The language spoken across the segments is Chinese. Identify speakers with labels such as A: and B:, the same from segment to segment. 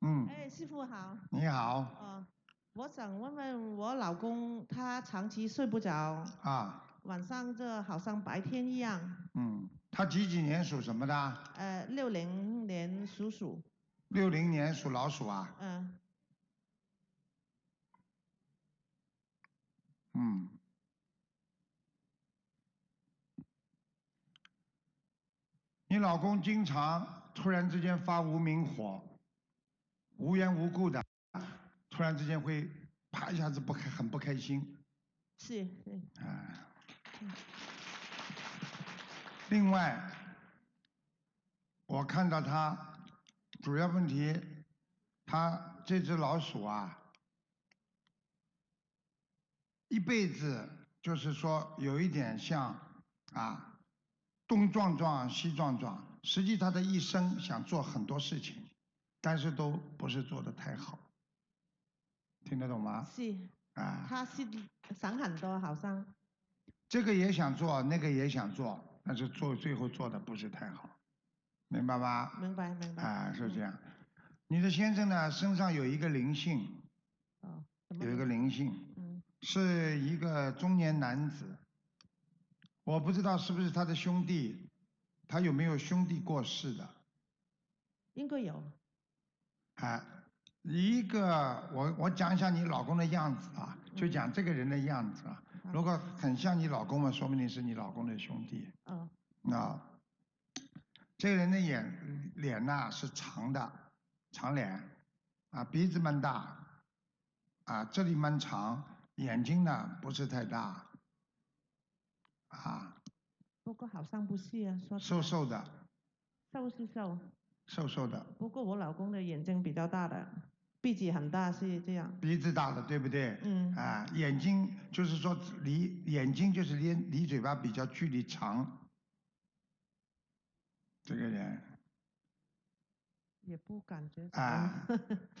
A: 嗯
B: 哎师傅好。
A: 你好
B: 呃，我想问问我老公，他长期睡不着，
A: 啊，
B: 晚上就好像白天一样。
A: 嗯，他几几年属什么的？
B: 呃，六零年属鼠，
A: 六零年属老鼠啊，
B: 嗯、
A: 嗯，你老公经常突然之间发无名火，无缘无故的，突然之间会啪一下子不开，很不开心
B: 是嗯是，
A: 啊。另外，我看到他主要问题，他这只老鼠啊，一辈子就是说有一点像啊，东撞撞西撞撞，实际他的一生想做很多事情，但是都不是做得太好，听得懂吗？
B: 是，
A: 啊，
B: 他是想很多，好像
A: 这个也想做，那个也想做，但是做最后做的不是太好，明白吧？
B: 明白明白。嗯
A: 啊，是这样。你的先生呢，身上有一个灵性，
B: 哦，怎么
A: 有一个啊灵性，
B: 嗯
A: 是一个中年男子，我不知道是不是他的兄弟，他有没有兄弟过世的？
B: 应该有，
A: 啊，一个我我讲一下你老公的样子啊，就讲这个人的样子啊。如果很像你老公嘛，说不定是你老公的兄弟。
C: 嗯
B: 哦
A: 啊，这个人的眼脸呐、是长的，长脸，啊鼻子蛮大，啊这里蛮长，眼睛呢不是太大，啊
B: 不过好像不是啊，说
A: 瘦瘦的，
B: 瘦是瘦，
A: 瘦瘦的，
B: 不过我老公的眼睛比较大的，鼻子很大是这样，
A: 鼻子大的，对不对？
B: 嗯
A: 啊，眼睛就是说离眼睛就是离离嘴巴比较距离长，这个人
B: 也不感觉怎么样
A: 啊，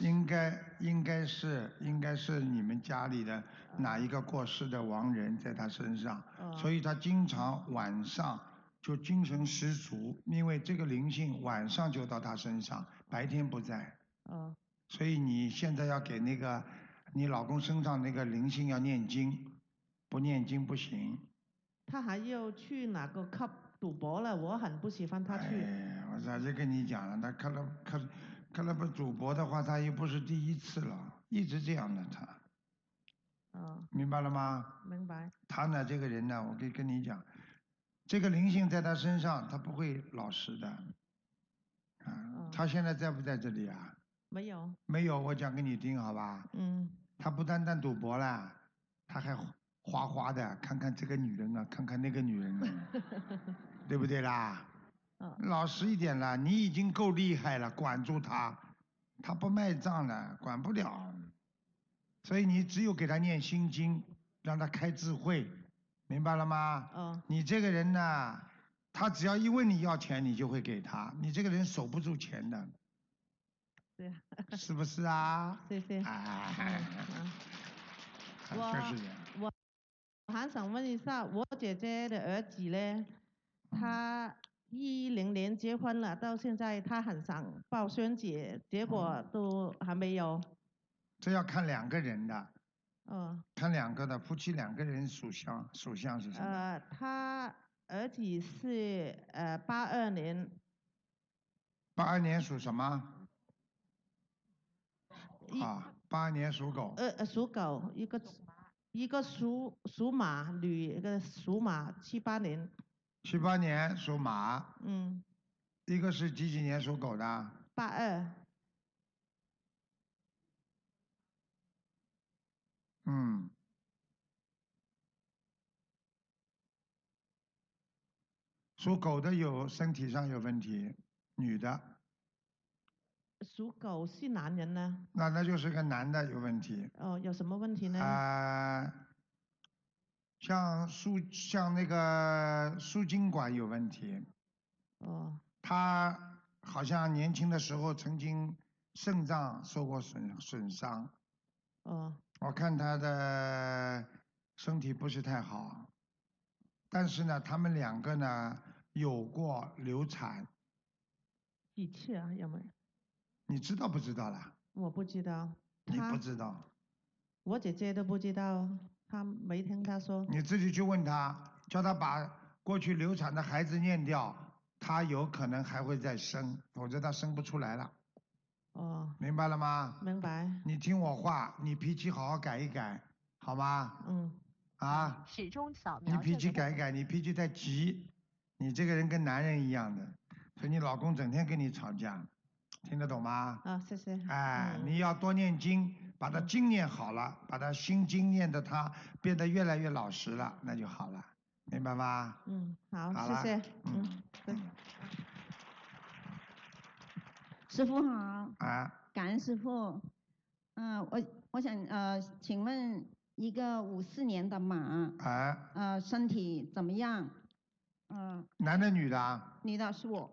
A: 应该应该是应该是你们家里的哪一个过世的亡人在他身上，
B: 哦
A: 所以他经常晚上就精神十足，因为这个灵性晚上就到他身上，白天不在。
C: 嗯
B: 哦
A: 所以你现在要给那个你老公身上那个灵性要念经，不念经不行。
B: 他还要去哪个 club 赌博了，我很不喜欢他去。
A: 哎，我早就跟你讲了，那克拉克克拉布主播的话，他又不是第一次了，一直这样的他。
B: 哦，
A: 明白了吗？
B: 明白。
A: 他呢，这个人呢，我可以跟你讲，这个灵性在他身上，他不会老实的。啊
B: 哦，
A: 他现在在不在这里啊？
B: 没有，
A: 没有，我讲给你听，好吧？
B: 嗯，
A: 他不单单赌博啦，他还花花的，看看这个女人啊，看看那个女 人啊，
D: 嗯
A: 对不对啦？
B: 哦
E: 嗯
A: 老实一点啦，你已经够厉害了，管住他，他不卖账了，管不了。所以你只有给他念心经，让他开智慧，明白了吗？
B: 哦，
A: 你这个人呢，他只要一问你要钱，你就会给他。你这个人守不住钱的，
B: 对啊，
A: 是不是啊？
B: 谢谢。
A: 啊，
B: 嗯
A: 就
B: 哇
A: 是这样。
B: 我还想问一下，我姐姐的儿子呢？
A: 嗯
B: 他一零年结婚了，到现在他很想抱孙子，结果
A: 嗯
B: 都还没有。
A: 这要看两个人的，
B: 嗯，
A: 看两个的夫妻两个人属相，属相是什么？
B: 呃，他儿子是呃八二年，
A: 八二年属什么？
B: 一
A: 啊，八二年属狗。
B: 呃呃属狗，一个一个属属马女，一个属马七八年，
A: 七八年属马，
B: 嗯，
A: 一个是几几年属狗的？
B: 八二，
A: 嗯。属狗的有身体上有问题，女的，
B: 属狗是男人呢？
A: 那那就是个男的有问题。
B: 哦，有什么问题呢？
A: 啊、像输像那个输精管有问题，
B: 哦
A: 他好像年轻的时候曾经肾脏受过损损伤，
B: 哦
A: 我看他的身体不是太好，但是呢，他们两个呢有过流产，
B: 几次啊？有没有？
A: 你知道不知道啦？
B: 我不知道，
A: 你不
B: 他
A: 知道，
B: 我姐姐都不知道，哦她没听她说，
A: 你自己去问他，叫他把过去流产的孩子念掉，他有可能还会再生，否则他生不出来了，
B: 哦，
A: 明白了吗？
B: 明白，
A: 你听我话，你脾气好好改一改，好吗？
B: 嗯，
A: 啊，
D: 始终扫
A: 你
D: 描这
A: 脾
D: 个
A: 气
D: 部
A: 改
D: 分
A: 改，你脾气太急，你这个人跟男人一样的，所以你老公整天跟你吵架，听得懂吗？
B: 啊，谢谢，
A: 哎，
B: 嗯
A: 你要多念经，把他经念好了，把他心经念的他变得越来越老实了，那就好了，明白吗？
B: 嗯，好，
A: 好
B: 谢
A: 啦
B: 谢，
A: 嗯
B: 嗯，对，
F: 师傅好，
A: 啊，
F: 感恩师傅。嗯、我我想呃，请问一个五四年的马，
A: 哎，
F: 呃，身体怎么样？嗯、
A: 男的女的啊？
F: 女的是我，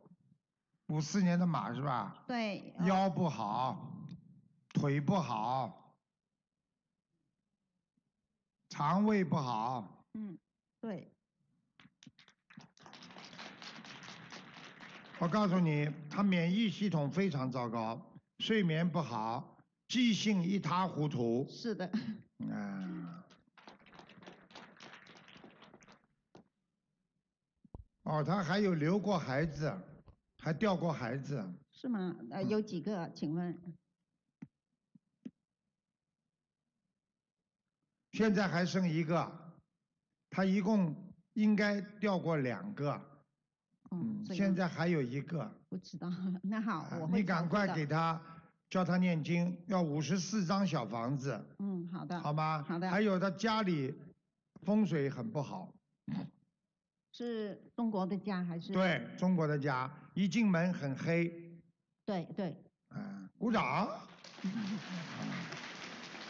A: 五四年的马是吧？
F: 对，呃
A: 腰不好，腿不好，肠胃不好，
F: 嗯，对，
A: 我告诉你，他免疫系统非常糟糕，睡眠不好，记性一塌糊涂。
F: 是的，
A: 啊。哦，他还有留过孩子，还掉过孩子，
F: 是吗？呃，
A: 嗯
F: 有几个？请问？
A: 现在还剩一个，他一共应该掉过两个，
F: 哦
A: 嗯，，
F: 这
A: 现
F: 样
A: 在还有一个。
F: 不知道。那好
A: 啊，
F: 我会
A: 你
F: 调
A: 赶
F: 节
A: 快
F: 的
A: 给。他，叫他念经，要五十四张小房子，
F: 嗯，好的。
A: 好吗？
F: 好的
A: 还有他家里风水很不好，
F: 是中国的家还是？
A: 对中国的家，一进门很黑，
F: 对对，
A: 嗯，鼓掌。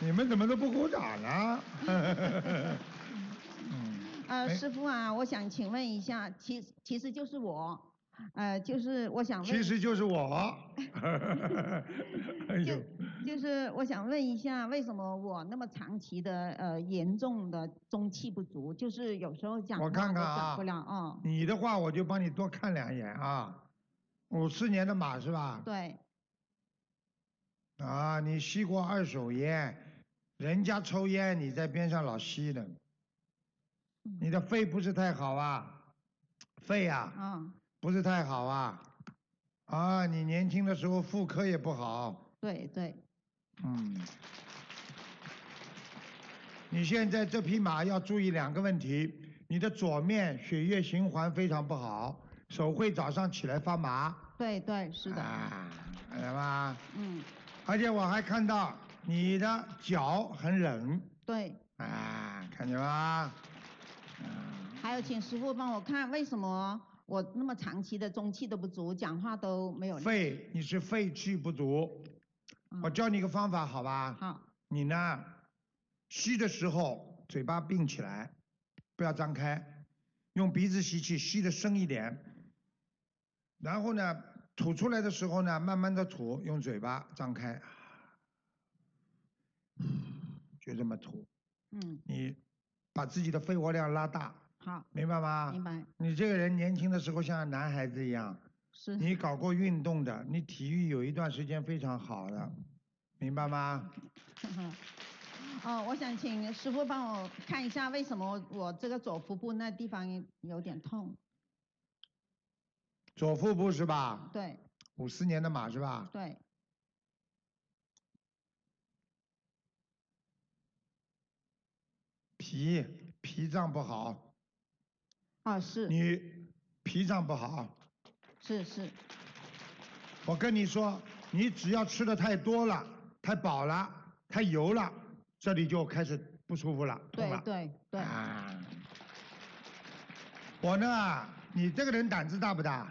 A: 你们怎么都不鼓掌呢？ 嗯，
F: 呃，
A: 哎
F: 师傅啊，我想请问一下，其其实就是我，呃，就是我想问
A: 其
F: 一
A: 实就是 我。哎
F: 就
A: 呦，
F: 就是我想问一下，为什么我那么长期的呃严重的中气不足？就是有时候讲
A: 我
F: 话
A: 看看
F: 都
A: 啊
F: 讲不了哦，
A: 你的话我就帮你多看两眼啊。五四年的马是吧？
F: 对，
A: 啊，你吸过二手烟，人家抽烟你在边上老吸的，你的肺不是太好啊，肺啊
F: 啊、
A: 不是太好啊，啊，你年轻的时候妇科也不好。
F: 对对，
A: 嗯，你现在这匹马要注意两个问题，你的左面血液循环非常不好，手会早上起来发麻。
F: 对对，是的，
A: 啊，明白吗？
F: 嗯，
A: 而且我还看到你的脚很冷，
F: 对。
A: 啊，看见吗？
F: 还有，请师傅帮我看为什么我那么长期的中气都不足，讲话都没有力
A: 肺，你是肺气不足。我
F: 嗯
A: 教你一个方法，好吧？
F: 好，
A: 你呢，吸的时候嘴巴并起来，不要张开，用鼻子吸气，吸的深一点。然后呢，吐出来的时候呢，慢慢的吐，用嘴巴张开，就这么吐。
F: 嗯，
A: 你把自己的肺活量拉大，
F: 好，
A: 明白吗？
F: 明白，
A: 你这个人年轻的时候像男孩子一样，
F: 是，
A: 你搞过运动的，你体育有一段时间非常好的，明白吗？
F: 哦，我想请师傅帮我看一下为什么我这个左腹部那地方有点痛，
A: 左腹部是吧？
F: 对
A: 五四年的马是吧？
F: 对，
A: 脾脾脏不好，
F: 哦，是
A: 你脾脏不好，
F: 是是，
A: 我跟你说，你只要吃的太多了、太饱了、太油了，这里就开始不舒服了，痛
F: 对
A: 了。
F: 对对，
A: 啊。我呢，你这个人胆子大不大？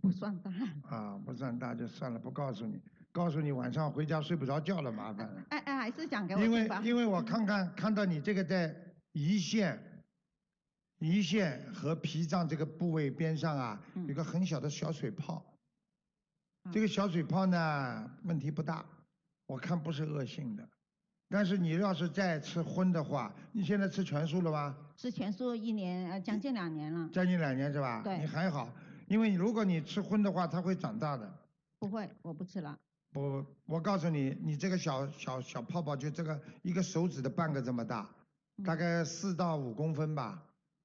F: 不算大。
A: 啊，不算大就算了，不告诉你，告诉你晚上回家睡不着觉了，麻烦了。
F: 哎哎，还是讲给我
A: 因
F: 听
A: 为
F: 吧。
A: 因为我看看看到你这个在胰腺、胰腺和脾脏这个部位边上啊，有
F: 嗯
A: 个很小的小水泡。这个小水泡呢，问题不大，我看不是恶性的。但是你要是再吃荤的话，你现在吃全素了吗？
F: 是全素一年，呃，将近两年了。
A: 将近两年是吧？
F: 对
A: 你还好，因为你如果你吃荤的话，它会长大的。
F: 不会，我不吃了。
A: 不，我告诉你，你这个小小小泡泡就这个一个手指的半个这么大，大概四到五公分吧。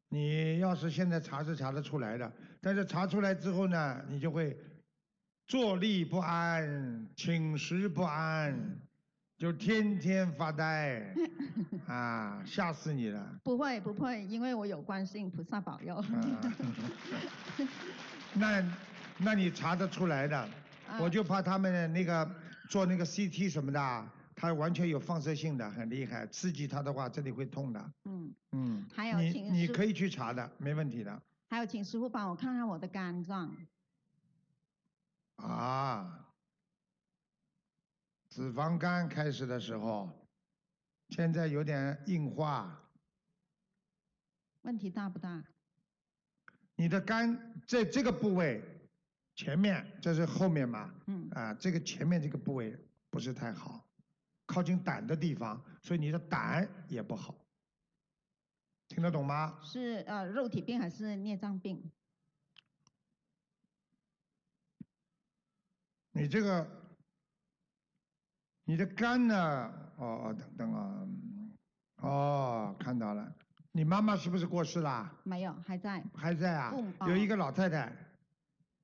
A: 你要是现在查是查得出来的，但是查出来之后呢，你就会坐立不安、寝食不安，就天天发呆， 啊，吓死你了。
F: 不会不会，因为我有观世音菩萨保
A: 啊
F: 佑。
A: 那那你查得出来的，
F: 啊
A: 我就怕他们那个做那个 CT 什么的啊，它完全有放射性的，很厉害，刺激它的话这里会痛的。
F: 嗯，
A: 嗯，
F: 还有
A: 你
F: 请
A: 你
F: 师
A: 可以去查的，没问题的。
F: 还有请师傅帮我看看我的肝脏，
A: 啊，脂肪肝开始的时候，现在有点硬化，
F: 问题大不大？
A: 你的肝在这个部位前面，这是后面嘛？
F: 嗯。
A: 啊，这个前面这个部位不是太好，靠近胆的地方，所以你的胆也不好。听得懂吗？
F: 是呃肉体病还是孽障病？
A: 你这个，你的肝呢？哦哦，等等啊，嗯哦，看到了，你妈妈是不是过世啦？
F: 没有，还在
A: 还在啊
F: 嗯？
A: 有一
F: 哦
A: 个老太太，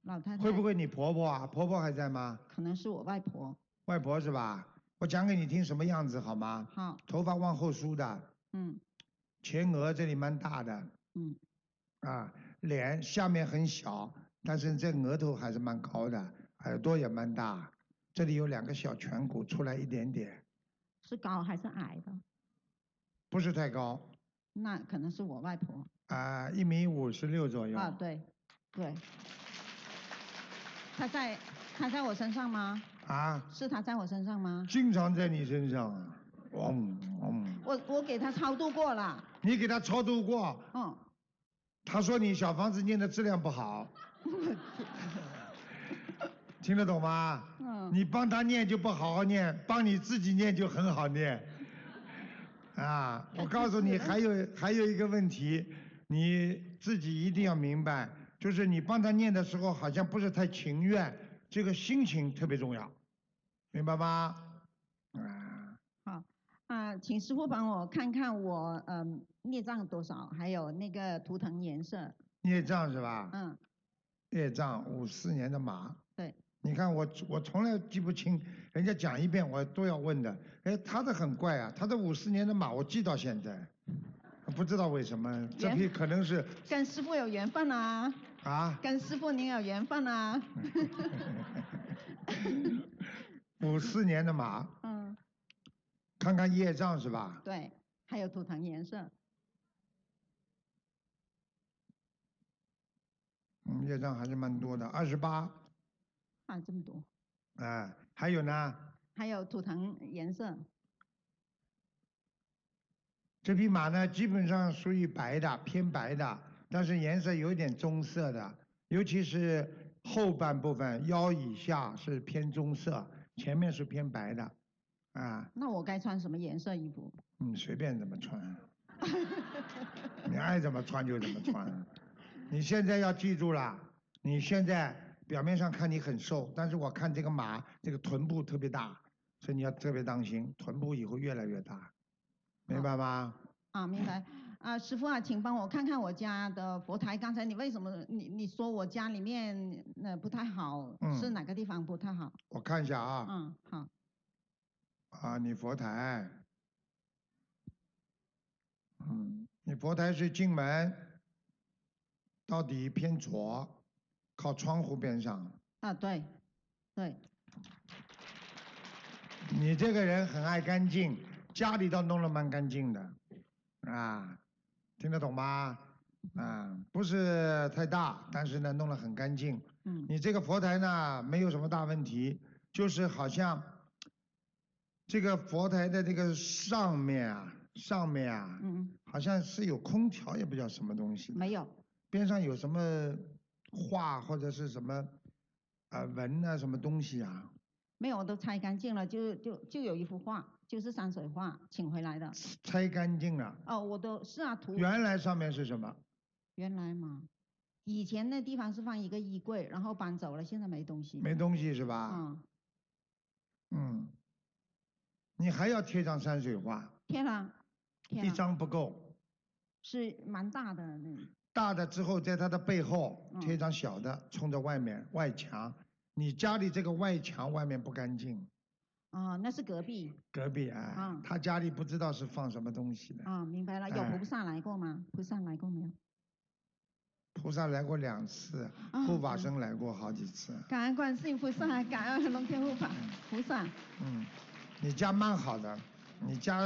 F: 老太太。
A: 会不？会你婆婆啊？婆婆还在吗？
F: 可能是我外婆。
A: 外婆是吧？我讲给你听什么样子好吗？
F: 好，
A: 头发往后梳的，
F: 嗯
A: 前额这里蛮大的，
F: 嗯
A: 啊，脸下面很小，但是这额头还是蛮高的，耳朵也蛮大，这里有两个小颧骨出来一点点，
F: 是高还是矮的？
A: 不是太高，
F: 那可能是我外婆。
A: 啊，一米五十六左右。
F: 啊，对对。她在她在我身上吗？
A: 啊，
F: 是她在我身上吗？
A: 经常在你身上啊，嗡嗡，
F: 我我给她超度过了。
A: 你给他超度过，
F: 嗯，
A: 他说你小房子念的质量不好，听得懂吗？
F: 嗯
A: 你帮他念就不好好念，帮你自己念就很好念。啊，我告诉你，还有还有一个问题，你自己一定要明白，就是你帮他念的时候，好像不是太情愿，这个心情特别重要，明白吗？啊，
F: 好啊，请师傅帮我看看我嗯孽障多少，还有那个图腾颜色。
A: 孽障是吧？
F: 嗯，
A: 业障，五四年的马。
F: 对。
A: 你看我，我从来记不清，人家讲一遍我都要问的。哎，他的很怪啊，他的五四年的马我记到现在，不知道为什么，这
F: 缘
A: 匹可能是
F: 跟师傅有缘分啊，
A: 啊，
F: 跟师傅您有缘分啊。
A: 五四年的马，
F: 嗯，
A: 看看业障是吧？
F: 对，还有图腾颜色。
A: 嗯，业障还是蛮多的，二十八，
F: 啊，这么多，
A: 哎，还有呢，
F: 还有图腾颜色，
A: 这匹马呢基本上属于白的，偏白的，但是颜色有一点棕色的，尤其是后半部分腰以下是偏棕色，前面是偏白的，啊，
F: 那我该穿什么颜色衣服？
A: 你随便怎么穿，你爱怎么穿就怎么穿。你现在要记住了，你现在表面上看你很瘦，但是我看这个马这个臀部特别大，所以你要特别当心，臀部以后越来越大，明白吗？
F: 啊，明白。啊，师傅啊，请帮我看看我家的佛台。刚才你为什么你你说我家里面那不太好，是
A: 嗯
F: 哪个地方不太好？
A: 我看一下啊。
F: 嗯，好，
A: 啊，你佛台，嗯，你佛台是进门到底偏左，靠窗户边上。
F: 啊，对，对，
A: 你这个人很爱干净，家里倒弄得蛮干净的，啊，听得懂吗？啊，不是太大，但是呢，弄得很干净。
F: 嗯
A: 你这个佛台呢，没有什么大问题，就是好像这个佛台的这个上面啊，上面啊，
F: 嗯，
A: 好像是有空调，也不知道什么东西，
F: 没有，
A: 边上有什么画或者是什么呃纹啊，什么东西啊？
F: 没有，我都拆干净了，就就就有一幅画，就是山水画请回来的。
A: 拆干净了。
F: 哦，我都是啊，图
A: 原来上面是什么？
F: 原来嘛，以前那地方是放一个衣柜，然后搬走了，现在没东西。
A: 没东西是啊吧？
F: 嗯，
A: 嗯，你还要贴张山水画，
F: 贴了，贴
A: 一
F: 了，
A: 张不够，
F: 啊是蛮大的那个。
A: 大的之后在它的背后
F: 嗯
A: 贴一张小的，冲着外面外墙。你家里这个外墙外面不干净，
F: 啊、那是隔壁
A: 隔壁哎，
F: 嗯
A: 他家里不知道是放什么东西的。
F: 啊、明白了。有
A: 哎
F: 菩萨来过吗？菩萨来过没有？
A: 菩萨来过两次，
F: 啊
A: 护法
F: 嗯
A: 神来过好几次。
F: 感恩观世音菩萨，感恩龙天护法菩萨。
A: 嗯，你家蛮好的，你家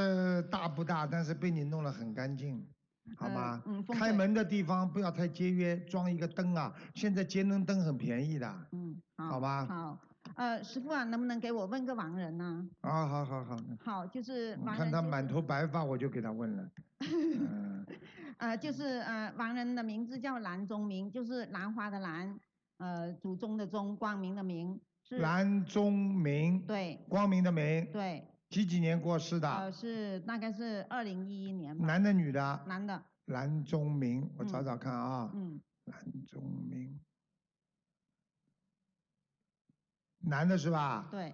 A: 大不大，但是被你弄得很干净，好吗？
F: 嗯嗯风
A: 开
F: 水
A: 门的地方不要太节约，装一个灯啊，现在节能灯很便宜的。
F: 嗯，好，
A: 好吧
F: 好，呃，师傅啊，能不能给我问个亡人呢、
A: 啊，好好好，
F: 好，就是
A: 我
F: 亡
A: 看
F: 人、
A: 他
F: 就是，
A: 满头白发，我就给他问了。嗯，
F: 呃，就是呃，亡人的名字叫蓝宗明，就是兰花的兰，呃，祖宗的宗，光明的明，是，
A: 蓝宗明，
F: 对
A: 光明的明，
F: 对，
A: 几几年过世
F: 呃，
A: 的？
F: 是大概是二零一一年吧，
A: 男的女的？
F: 男的，
A: 蓝宗明，我找
F: 嗯
A: 找看啊。
F: 嗯，
A: 蓝宗明，男的是吧？
F: 对，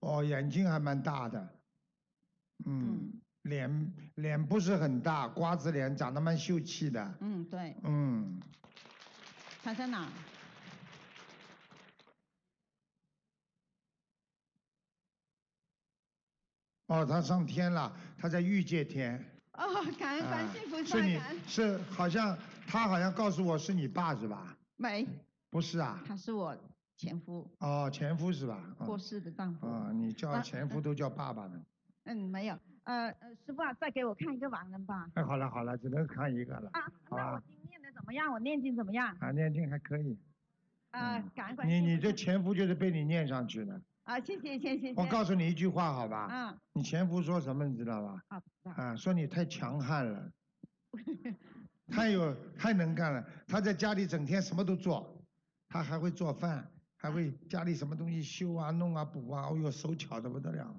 A: 哦，眼睛还蛮大的，嗯，
F: 嗯
A: 脸脸不是很大，瓜子脸，长得蛮秀气的，
F: 嗯，对，
A: 嗯，
F: 他在哪？
A: 哦，他上天了，他在欲界天，
F: 哦，感恩观
A: 啊
F: 世音菩萨，
A: 是你
F: 感恩
A: 是好像他好像告诉我是你爸是吧？
F: 没，
A: 不是啊，
F: 他是我前夫
A: 哦，前夫是吧？啊、
F: 过世的丈夫。
A: 啊你叫
F: 啊
A: 前夫都叫爸爸呢。
F: 嗯，没有。呃，呃，师傅啊，再给我看一个亡人吧。
A: 哎，好了好了，只能看一个了，
F: 啊，
A: 好
F: 那我
A: 吧？
F: 经念的怎么样？我念经怎么样？
A: 啊，念经还可以。
F: 呃
A: 嗯，
F: 感恩关
A: 你
F: 心。
A: 你这前夫就是被你念上去的。
F: 啊，谢谢谢谢。
A: 我
F: 谢谢
A: 告诉你一句话好吧？
F: 啊
A: 你前夫说什么你知道吧？
F: 啊，不知道
A: 啊，说你太强悍 了，太有太能干了。他在家里整天什么都做，他还会做饭，还会家里什么东西修啊、弄啊、补啊，哦呦，手巧的不得了。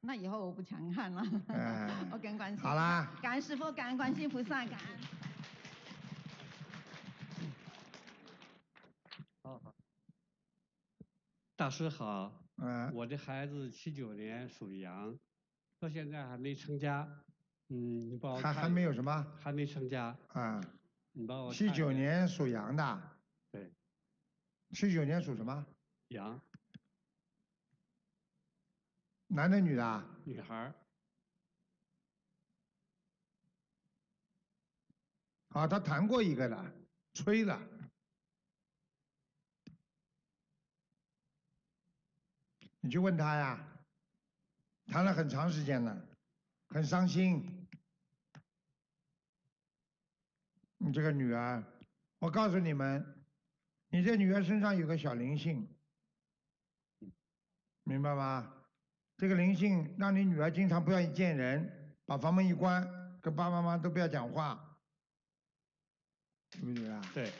F: 那以后我不强悍了。
A: 哎
F: 我跟关心。
A: 好。啦，
F: 感恩师傅，感恩观世音菩萨，感恩。
A: 哦
D: 大师好，
A: 嗯、
D: 我的孩子七九年属羊，到现在还没成家。嗯，你帮我
A: 还
D: 看
A: 还
D: 一
A: 没
D: 下
A: 有什么
D: 还没成家，
A: 啊？
D: 你帮我
A: 七
D: 看一
A: 九
D: 下
A: 年属羊的。
D: 对。
A: 七九年属什么？
D: 羊
A: 男的女的啊？
D: 女孩儿
A: 啊，他谈过一个了，吹了。你去问他呀，谈了很长时间了，很伤心。你这个女儿，我告诉你们，你这女儿身上有个小灵性，明白吗？这个灵性让你女儿经常不愿意见人，把房门一关，跟爸爸妈妈都不要讲话。对不对啊？
D: 对，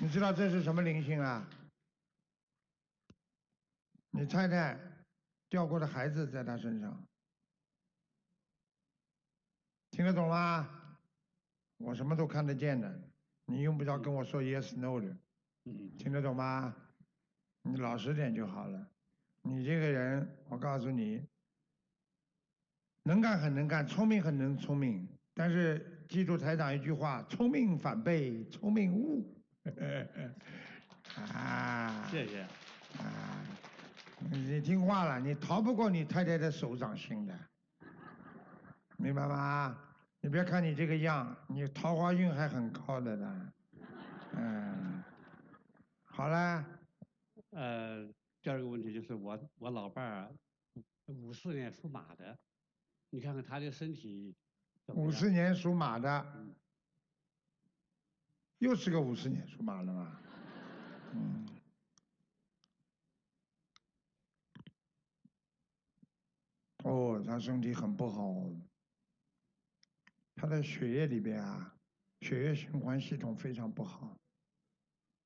A: 你知道这是什么灵性啊？
D: 嗯
A: 你太太掉过的孩子在她身上，听得懂吗？我什么都看得见的，你用不着跟我说 yes no 的，
D: 嗯，
A: 听得懂吗？你老实点就好了。你这个人，我告诉你，能干很能干，聪明很能聪明，但是记住台长一句话：聪明反被聪明误。 啊，
D: 谢谢。
A: 啊，你听话了，你逃不过你太太的手掌心的，明白吗？你别看你这个样，你桃花运还很高的呢。嗯，好了，
D: 呃，第二个问题就是我我老伴儿五四年属马的，你看看他的身体怎么
A: 五
D: 样
A: 十年属马的
D: 嗯，
A: 又是个五十年属马的嘛。嗯，哦，他身体很不好，他的血液里边啊，血液循环系统非常不好，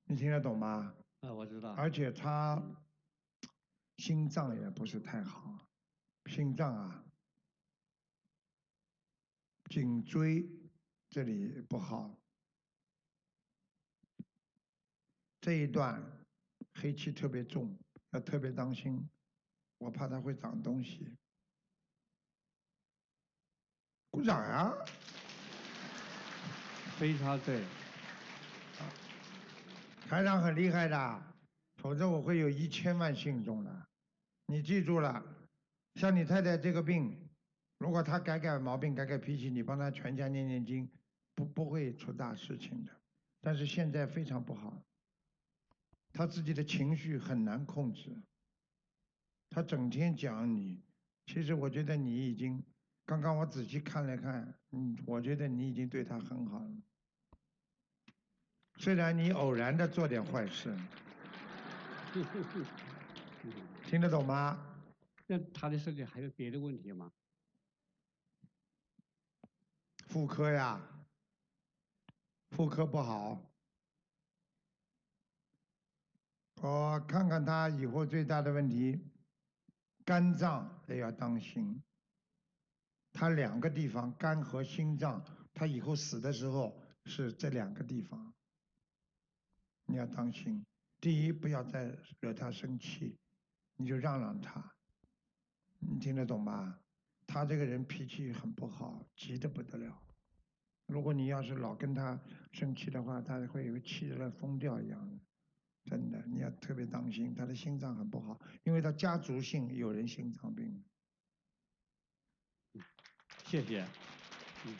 A: 你听得懂吗？
D: 啊，我知道。
A: 而且他心脏也不是太好，啊心脏啊、颈椎这里不好，这一段黑气特别重，要特别当心，我怕它会长东西。鼓掌啊！
D: 非常对，
A: 台长很厉害的，啊否则我会有一千万信众的。你记住了，像你太太这个病，如果她改改毛病、改改脾气，你帮她全家念念经，不不会出大事情的。但是现在非常不好，她自己的情绪很难控制，她整天讲你。其实我觉得你已经，刚刚我仔细看了看，嗯，我觉得你已经对她很好了。虽然你偶然的做点坏事，听得懂吗？
D: 那他的身体还有别的问题吗？
A: 妇科呀，妇科不好。我哦看看他以后最大的问题，肝脏也要当心。他两个地方，肝和心脏，他以后死的时候是这两个地方，你要当心。第一，不要再惹他生气，你就让让他。你听得懂吧？他这个人脾气很不好，急得不得了。如果你要是老跟他生气的话，他会有气得疯掉一样的。真的，你要特别当心，他的心脏很不好，因为他家族性有人心脏病。
D: 谢谢。嗯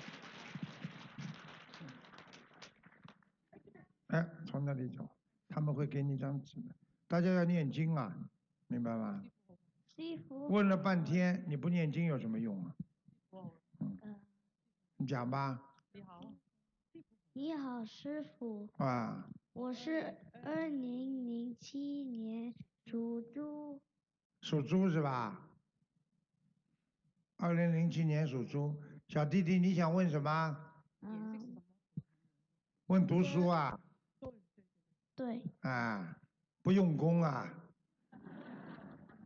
A: 哎，从那里走，他们会给你一张纸的。大家要念经啊，明白吗？
C: 师傅，
A: 嗯问了半天，你不念经有什么用啊？
C: 嗯
A: 你讲吧，
C: 你好，师傅，
A: 啊，
C: 我是
A: 呃
C: 二零零七年属猪，
A: 属猪是吧？二零零七年属猪，小弟弟，你想问什么？
C: 嗯，
A: 问读书啊？
C: 对，
A: 啊，不用功啊，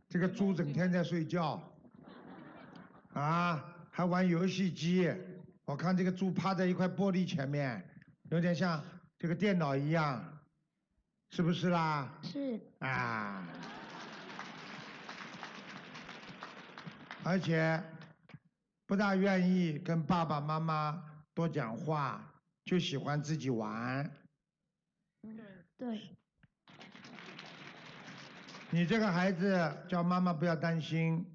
A: 这个猪整天在睡觉，啊，还玩游戏机。我看这个猪趴在一块玻璃前面，有点像这个电脑一样，是不是啦？
C: 是，
A: 啊，而且不大愿意跟爸爸妈妈多讲话，就喜欢自己玩。
C: 嗯对，
A: 你这个孩子叫妈妈不要担心，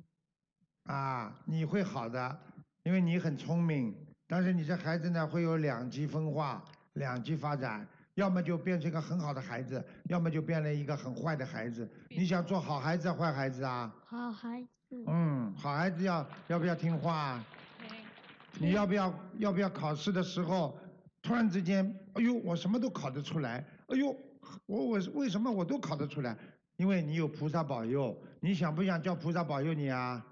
A: 啊，你会好的，因为你很聪明。但是你这孩子呢，会有两极分化，两极发展，要么就变成一个很好的孩子，要么就变成一个很坏的孩子。你想做好孩子、坏孩子啊？
C: 好孩子，
A: 嗯，好孩子要要不要听话啊？你要不要要不要考试的时候，突然之间，哎呦，我什么都考得出来，哎呦，我我为什么我都考得出来？因为你有菩萨保佑，你想不想叫菩萨保佑你啊？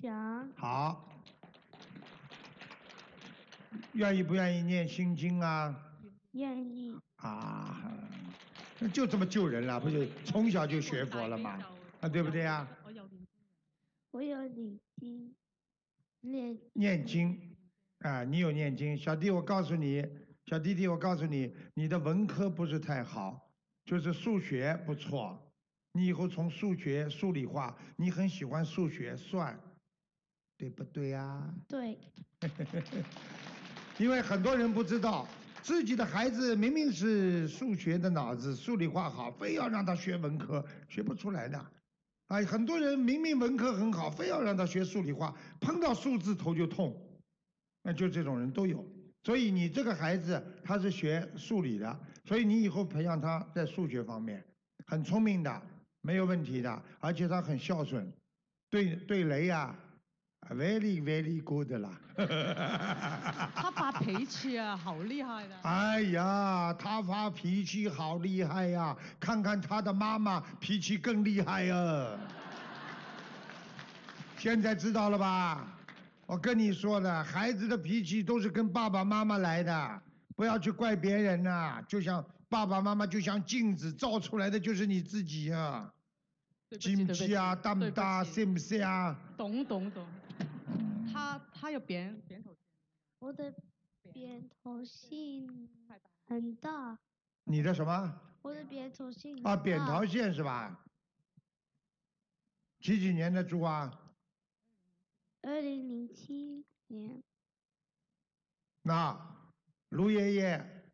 C: 想
A: 好，愿意不愿意念心经啊？
C: 愿意，
A: 啊，就这么救人了，不就从小就学佛了嘛？啊，对不对啊？
C: 我有礼金，练
A: 念经，啊，你有念经，小弟我告诉你，小弟弟我告诉你，你的文科不是太好，就是数学不错，你以后从数学数理化，你很喜欢数学算，对不对呀、
C: 对，
A: 因为很多人不知道，自己的孩子明明是数学的脑子、数理化好，非要让他学文科，学不出来的。哎，很多人明明文科很好，非要让他学数理化，碰到数字头就痛。那就这种人都有。所以你这个孩子他是学数理的，所以你以后培养他在数学方面很聪明的，没有问题的，而且他很孝顺，对对雷呀、啊、，very very good 啦。
G: 他發脾氣啊，好厲害啦！
A: 哎呀，他发脾气好厉害呀、看看他的妈妈脾气更厉害呀、现在知道了吧？我跟你说的，孩子的脾气都是跟爸爸妈妈来的，不要去怪别人呐、就像爸爸妈妈就像镜子，照出来的就是你自己呀、啊。
G: 對不起
A: 记不记啊？
G: 對不
A: 大不
G: 起
A: 大？
G: 對不起
A: 信不信啊？
G: 懂懂懂。他他有扁扁頭，
C: 我的扁头性很大，
A: 你的什么
C: 我的扁头性
A: 啊？
C: 很
A: 扁
C: 大
A: 桃腺是
G: 嗯啊
A: 吧？几几年的猪啊？
C: 二零零七年，
A: 那卢爷爷，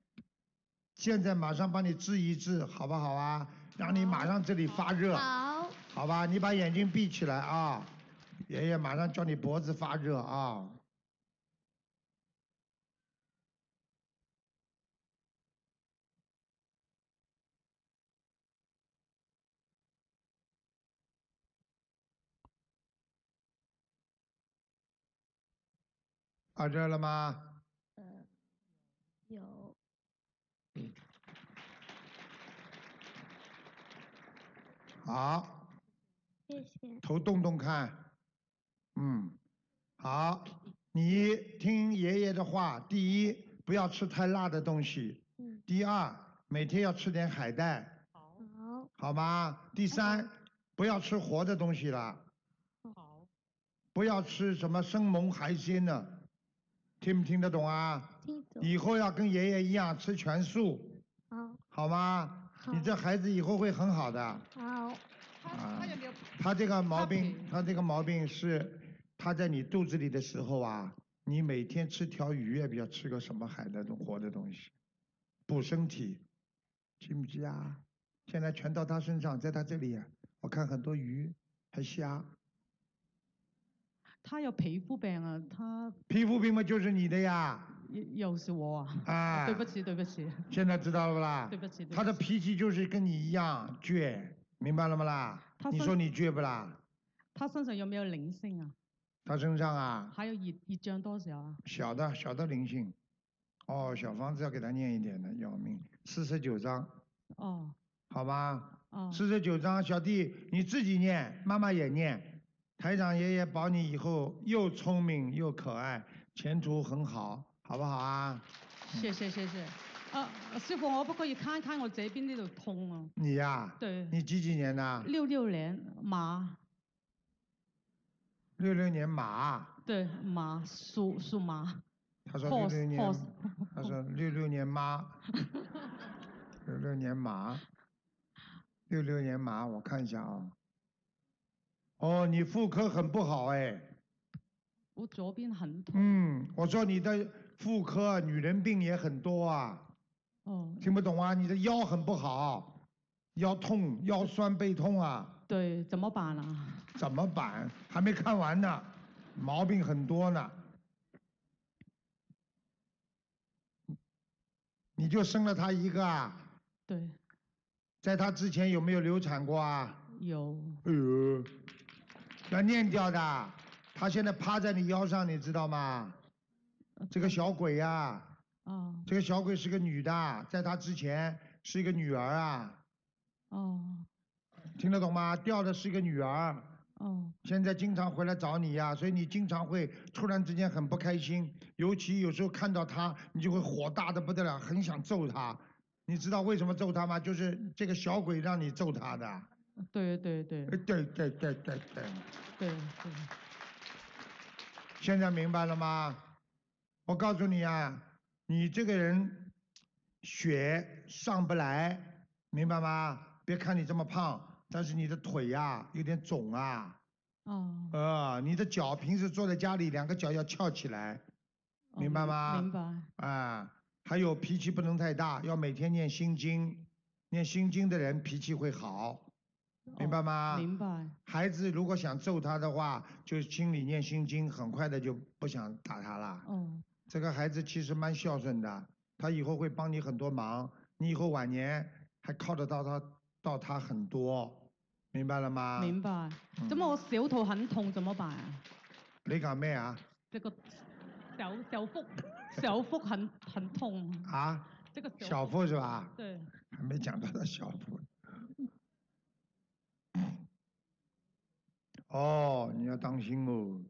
A: 现在马上帮你治一治，好不好啊？让你马上这里发热，
C: 好，
A: 好吧？你把眼睛闭起来啊！爷爷马上叫你脖子发热啊！啊，热了吗？
C: 呃，有，
A: 好。
C: 谢谢，
A: 头动动看，嗯，好，你听爷爷的话，第一，不要吃太辣的东西，
C: 嗯，
A: 第二，每天要吃点海带，
C: 好，
A: 好吗？第三，不要吃活的东西了，
G: 好，
A: 不要吃什么生猛海鲜了，听不听得懂啊？
C: 听懂，
A: 以后要跟爷爷一样吃全素，
C: 好，
A: 好吗？
C: 好
A: 你，这孩子以后会很好的。
C: 好，
G: 他他有没有
A: 啊他这个毛
G: 他
A: 病，
G: 平
A: 他这个毛病是他在你肚子里的时候啊，你每天吃条鱼，也不要吃个什么海的东活的东西，补身体，记不记啊？现在全到他身上，在他这里，啊我看很多鱼还虾，
G: 他有皮肤病啊，他
A: 皮肤病嘛就是你的呀，
G: 又又是我啊，
A: 啊
G: 对，不起对不起
A: 现在知道了不啦
G: 对？不起，对不
A: 他的
G: 起
A: 脾气就是跟你一样倔，明白了不啦
G: 他？
A: 你
G: 分
A: 说你倔不啦？
G: 他身上有没有灵性啊？
A: 他身上啊，
G: 还有热热胀多少啊？
A: 小的小的灵性，哦，小房子要给他念一点的，要命，四十九章，
G: 哦
A: 好吧？
G: 哦，
A: 四十九章，小弟你自己念，妈妈也念。台长爷爷保你以后又聪明又可爱，前途很好，好不好啊？
G: 谢谢谢谢。啊，师傅，我不过要看一看我这边呢度痛啊。
A: 你呀、
G: 对，
A: 你几几年的？
G: 六六年马，
A: 六六年马，
G: 对马属属马
A: 他说六六
G: ，horse
A: 年
G: horse，，
A: 他说六六年妈，六六年马，六六年马，我看一下啊。哦，你妇科很不好哎。
G: 我左边很痛。
A: 嗯，我说你的妇科啊女人病也很多啊，
G: 哦，
A: 听不懂啊？你的腰很不好，腰痛、腰酸背痛啊，
G: 对，怎么办啊？
A: 怎么办？还没看完呢，毛病很多呢。你就生了他一个啊？
G: 对，
A: 在他之前有没有流产过啊？
G: 有
A: 哎呦，要念掉的。他现在趴在你腰上，你知道吗？这个小鬼啊呀、
G: 哦
A: 这个小鬼是个女的，在他之前是一个女儿啊，
G: 哦
A: 听得懂吗？掉的是一个女儿，
G: 哦
A: 现在经常回来找你呀、所以你经常会突然之间很不开心，尤其有时候看到他，你就会火大的不得了，很想揍他。你知道为什么揍他吗？就是这个小鬼让你揍他的。
G: 对对对
A: 哎对对对对对，
G: 对对，
A: 现在明白了吗？我告诉你啊，你这个人血上不来，明白吗？别看你这么胖，但是你的腿呀、有点肿啊，
G: 哦，
A: 呃，你的脚平时坐在家里，两个脚要翘起来
G: 哦
A: 明白吗
G: 明白。
A: 啊、还有脾气不能太大，要每天念心经，念心经的人脾气会好，明白
G: 哦
A: 吗？
G: 明白。
A: 孩子如果想揍他的话，就心里念心经，很快的就不想打他了。
E: 嗯
G: 哦
A: 这个孩子其实蛮孝顺的，他以后会帮你很多忙，你以后晚年还靠得到他到他很多，明白了吗？
G: 明白。
A: 嗯
G: 咁我小肚很痛，怎麼辦啊？
A: 你讲咩啊？
G: 即個小小腹小腹很很痛，
A: 啊，
G: 即個
A: 小腹是吧？
G: 對
A: 还没讲到他小腹。哦，你要当心哦。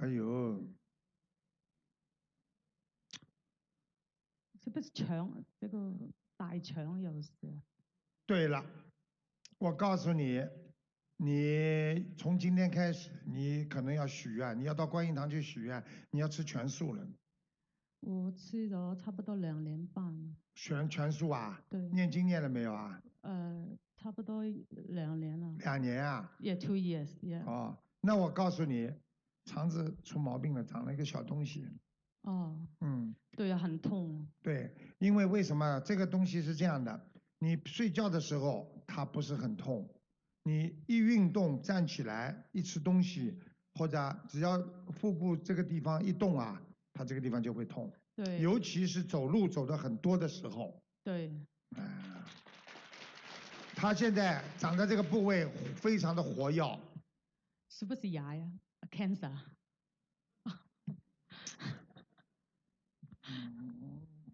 A: 哎呦，
G: 是不是腸即個大腸有事啊？
A: 对了，我告诉你，你从今天开始，你可能要许愿，你要到观音堂去许愿，你要吃全素了，
G: 我吃咗差不多两年半，
A: 全全素啊？
G: 对，
A: 念经念了没有啊？
G: 呃，差不多两年了
A: 两年啊？
G: ，yeah two years yeah，
A: 哦，那我告诉你，肠子出毛病了，长了一个小东西。
G: 哦，
A: 嗯，
G: 对啊，很痛，
A: 对，因为为什么这个东西是这样的？你睡觉的时候它不是很痛，你一运动站起来，一吃东西，或者只要腹部这个地方一动啊，它这个地方就会痛，
G: 对，
A: 尤其是走路走的很多的时候。
G: 对，
A: 啊它现在长在这个部位非常的活跃，
G: 是不是牙呀？cancer，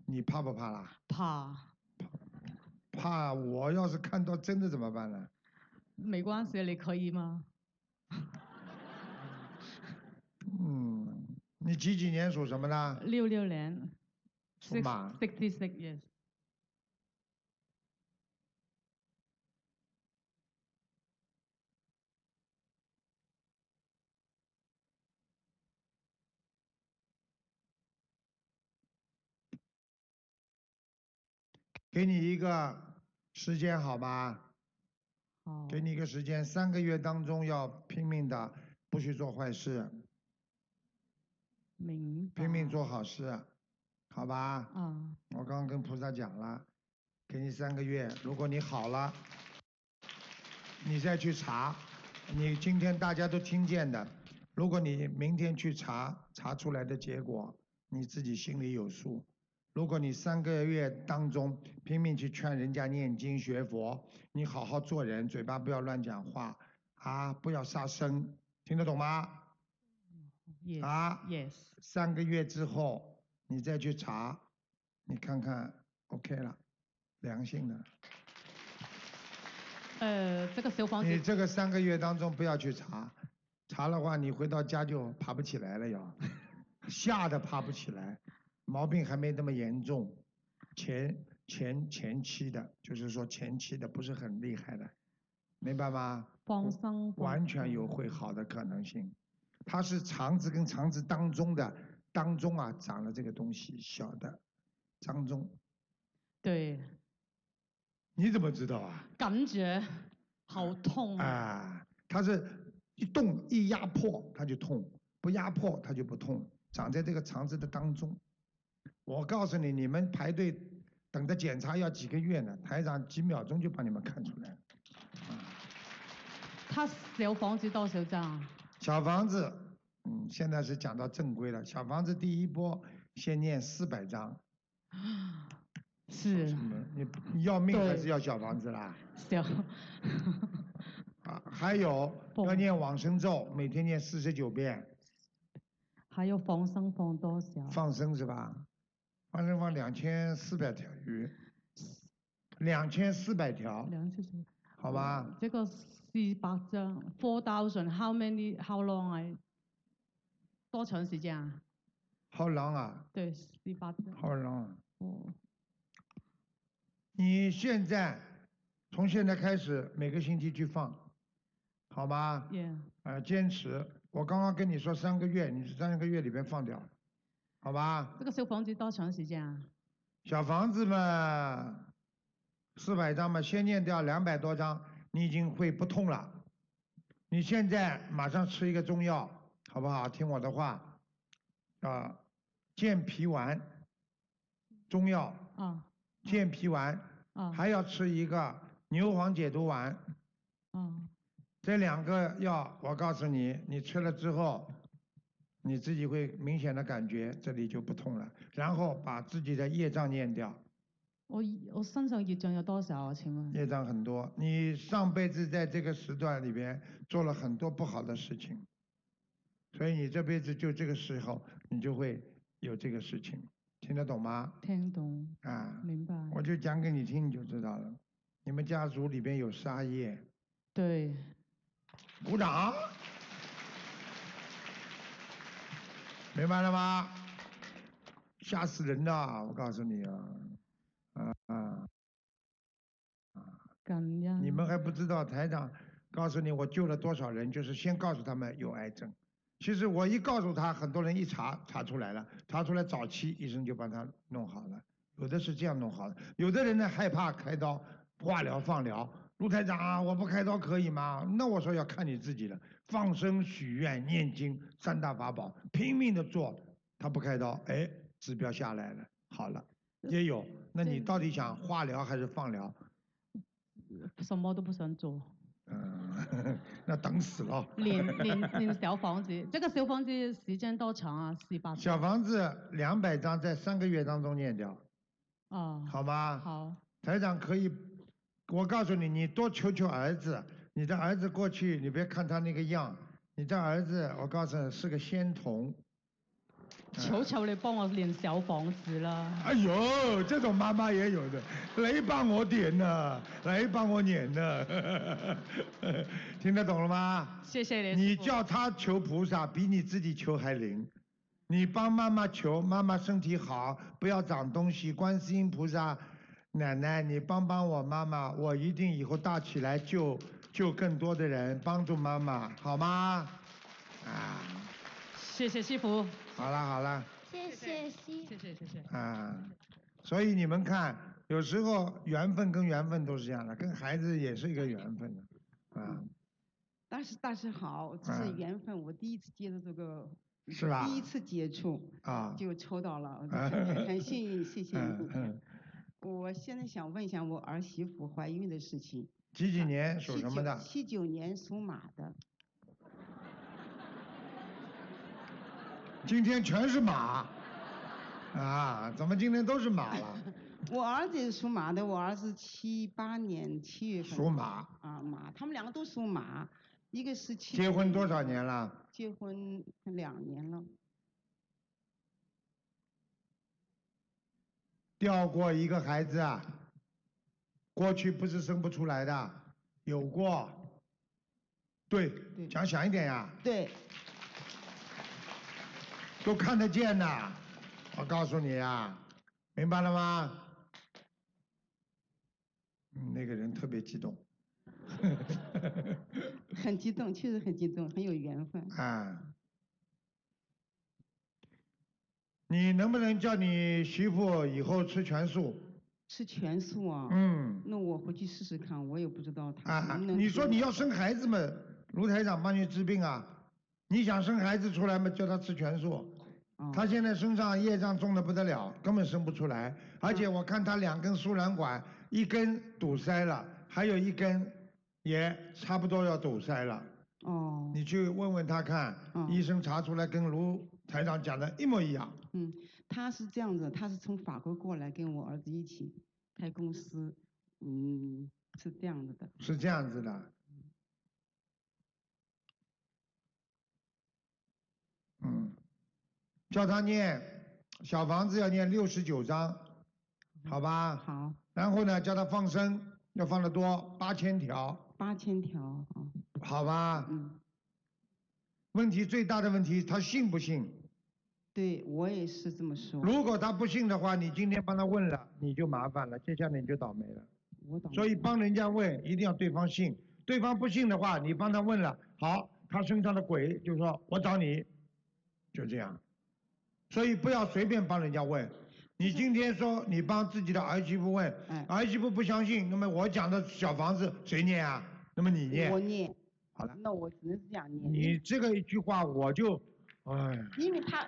A: 你怕不怕啦？
G: 怕，
A: 怕我要是看到真的怎么办呢？
G: 没关系，你可以吗？
A: 嗯，你几几年属什么的？
G: 六六年
A: 属
G: ，six
A: 马
G: sixty six years，
A: 给你一个时间好吗？
G: 哦，
A: 给你一个时间，三个月当中要拼命的，不许做坏事，
G: 明白，
A: 拼命做好事，好吧？
G: 啊，
A: 我刚刚跟菩萨讲了，给你三个月，如果你好了，你再去查。你今天大家都听见的，如果你明天去查，查出来的结果你自己心里有数。如果你三个月当中拼命去劝人家念经学佛，你好好做人，嘴巴不要乱讲话啊，不要杀生，听得懂吗？
G: ，yes
A: 啊，
G: yes，
A: 三个月之后你再去查，你看看 OK 了，良性的。
G: 呃，这个小房
A: 你
G: 子
A: 这个三个月当中不要去查，查的话你回到家就爬不起来了要， 吓得爬不起来，毛病还没那么严重，前前前期的，就是说前期的不是很厉害的，明白吗？
G: 放生放
A: 完全
G: 生
A: 有会好的可能性。它是肠子跟肠子当中的当中啊长了这个东西，小的当中，
G: 对
A: 你怎么知道啊？
G: 感觉好痛啊，
A: 啊，它是一动一压迫它就痛，不压迫它就不痛，长在这个肠子的当中。我告诉你，你们排队等着检查要几个月呢？台长几秒钟就把你们看出来了。
G: 他小房子多少张啊？
A: 小房子，嗯，现在是讲到正规了。小房子第一波先念四百章，
G: 是
A: 嗯你你要命还
G: 对
A: 是要小房子啦？
G: 小，
A: 啊，还有要
G: 懂
A: 念往生咒，每天念四十九遍，
G: 还有放生放多少？
A: 放生是吧？放生放两千四百条鱼，两千四百条，
G: 两千四。
A: 好吧？
G: 这个四百张，four thousand how many how long 啊？多长时间啊？
A: 好狼啊，
G: 对，四百张。
A: 好狼啊！
G: 哦，
A: 你现在从现在开始每个星期去放，好吗？
G: yeah，
A: 呃，坚持。我刚刚跟你说三个月，你是三个月里边放掉，好吧？
G: 这个小房子多长时间啊？
A: 小房子嘛，四百张嘛，先念掉两百多张，你已经会不痛了。你现在马上吃一个中药，好不好？听我的话，啊，健脾丸，中药
G: 啊
A: 健脾丸，
G: 啊
A: 还要吃一个牛黄解毒丸。
C: 哦
G: 啊！
A: 这两个药，我告诉你，你吃了之后，你自己会明显的感觉这里就不痛了，然后把自己的业障念掉，
G: 我我身上业障有多少啊？请问？
A: 业障很多。你上辈子在这个时段里边做了很多不好的事情，所以你这辈子就这个时候，你就会有这个事情，听得懂吗？
G: 听懂，
A: 啊，
G: 明白。
A: 我就讲给你听，你就知道了。你们家族里边有杀业，
G: 对，
A: 鼓掌。明白了吗？吓死人的，我告诉你啊，啊啊！
G: 感恩。
A: 你们还不知道台长告诉你我救了多少人，就是先告诉他们有癌症。其实我一告诉他，很多人一查查出来了，查出来早期医生就帮他弄好了，有的是这样弄好的，有的人呢害怕开刀、化疗、放疗。卢台长啊，我不开刀可以吗？那我说要看你自己了。放生、许愿、念经三大法宝，拼命的做，他不开刀，哎，指标下来了，好了，也有。那你
G: 对
A: 到底想化疗还是放疗？
G: 什么都不想做，
A: 嗯， 那等死了。
G: 连连连小房子，这个小房子时间多长啊？四百
A: 小房子两百张在三个月当中念掉，
G: 啊，
A: 好吗？
G: 好，
A: 台长可以，我告诉你，你多求求儿子，你的儿子过去，你别看他那个样，你的儿子，我告诉你是个仙童。
G: 求求你幫我連小房子啦！
A: 哎呦，这种妈妈也有的，来帮我点呢、来帮我撵呢、 听得懂了吗？
G: 謝謝你。
A: 你
G: 師傅
A: 叫他求菩萨，比你自己求还灵。你帮妈妈求，妈妈身体好，不要长东西。观世音菩萨，奶奶，你帮帮我妈妈，我一定以后大起来救救更多的人，帮助妈妈，好吗？啊，
G: 謝謝師傅，
A: 好啦好啦，
C: 谢谢西
G: 謝謝謝謝。
A: 啊，所以你们看，有时候缘分跟缘分都是这样的，跟孩子也是一个缘分的，啊，
H: 但是但是好，这是
A: 嗯
H: 缘分。我第一次接触这个，
A: 是吧
H: 第一次接触哎
A: 啊
H: 就抽到 了，我就
A: 啊
H: 很很幸运，谢谢
A: 嗯
H: 你。
A: 嗯，
H: 我现在想问一下我儿媳妇怀孕的事情，
A: 几几年哎属
H: 七
A: 什么
H: 九
A: 的？
H: 七九年属马的，
A: 今天全是 马，啊，怎么今天都是马了？
H: 我儿子也属马的，我儿子七八年七月份
A: 属马，
H: 啊马，他们两个都属马，一个是七
A: 结
H: 九
A: 婚
H: 年
A: 多
H: 的
A: 少年？了？
H: 结婚两年了，
A: 掉过一个孩子啊，过去不是生不出来的，有过。对，
H: 对
A: 讲响一点呀，
H: 对，
A: 都看得见呐。我告诉你啊，明白了吗？嗯那个人特别激动，
H: 很激动，确实很激动，很有缘分。
A: 啊，你能不能叫你媳妇以后吃全素？
H: 吃全素啊？
A: 嗯，
H: 那我回去试试看，我也不知道他
A: 啊
H: 能不，能
A: 你
H: 给
A: 说
H: 我
A: 你要生孩子嘛，卢台长帮你治病啊，你想生孩子出来嘛，叫他吃全素。
H: 啊
A: 他现在身上业障重的不得了，根本生不出来。而且我看他两根输卵管，一根堵塞了，还有一根也差不多要堵塞了。
H: 哦，
A: 你去问问他看，
H: 嗯
A: 医生查出来跟卢台长讲的一模一样。
H: 嗯，他是这样子，他是从法国过来跟我儿子一起开公司，嗯，是这样子的。
A: 是这样子的。嗯，叫他念小房子要念六十九章，好吧？
H: 嗯好，
A: 然后呢，叫他放生，要放得多，八千条，
H: 八千条啊，
A: 好吧？
H: 嗯，
A: 问题最大的问题，他信不信？
H: 对我也是这么说。
A: 如果他不信的话，你今天帮他问了，你就麻烦了，接下来你就倒霉了。
H: 我懂。
A: 所以帮人家问，一定要对方信。对方不信的话，你帮他问了，好，他身上的鬼就说我找你，就这样。所以不要随便帮人家问。
H: 嗯
A: 你今天说你帮自己的儿媳妇问
H: 哎，
A: 儿媳妇不相信，那么我讲的小房子谁念啊？那么你
H: 我
A: 念。
H: 念，
A: 好了，
H: 那我只能是这样念。
A: 你这个一句话我就，哎，
H: 因为他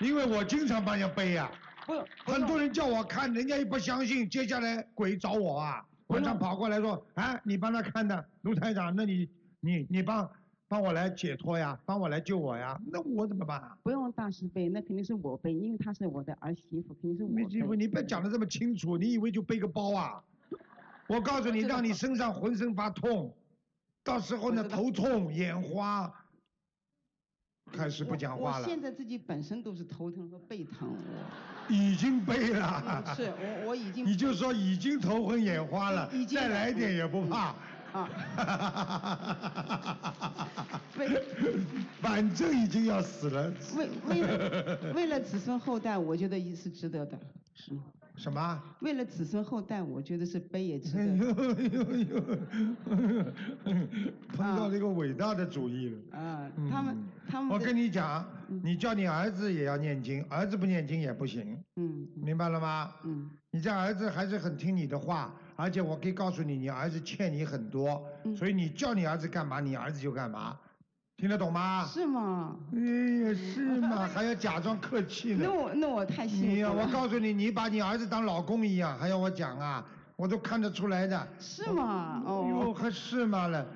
A: 因为我经常帮人家背呀、
H: 不用不
A: 很
H: 用
A: 多人叫我看，人家也不相信，接下来鬼找我啊，晚上跑过来说，哎，你帮他看的，卢台长，那你你你帮帮我来解脱呀，帮我来救我呀，那我怎么办啊？
H: 不用大师背，那肯定是我背，因为她是我的儿媳妇，肯定是我
A: 你你
H: 背。
A: 你别讲的这么清楚，你以为就背个包啊？我告诉你，让你身上浑身发痛，到时候呢
H: 我知道
A: 头痛眼花，开始不
H: 我
A: 讲话
H: 我
A: 了，
H: 现在自己本身都是头疼和背疼，我。
A: 已经背了
H: 嗯，是我我已经
A: 你就说已经头昏眼花了
H: 已，经
A: 再
H: 了
A: 来一点也不怕。
H: 啊，为
A: 反正已经要死了，
H: 为为了为了子孙后代，我觉得也是值得的。嗯，
A: 什么？
H: 为了子孙后代，我觉得是悲也 值
A: 哎
H: 得。
A: 呦呦呦！碰到了一个伟大的主意了。
H: 啊，他们
A: 嗯
H: 他们
A: 我
H: 的
A: 跟你讲
H: 嗯，
A: 你叫你儿子也要念经，儿子不念经也不行，
H: 嗯
A: 明白了吗？
H: 嗯
A: 你这儿子还是很听你的话，而且我可以告诉你，你儿子欠你很多，
H: 嗯
A: 所以你叫你儿子干嘛，你儿子就干嘛，听得懂吗？
H: 是吗？
A: 哎呀，是嘛，还要假装客气呢
H: 啊那。我那我太幸
A: 你
H: 运
A: 呀、
H: 了
A: 我，告诉你，你把你儿子当老公一样，还要我讲啊？我都看得出来的。
H: 是吗？
A: 哟，
H: 哦，
A: 还是嘛了，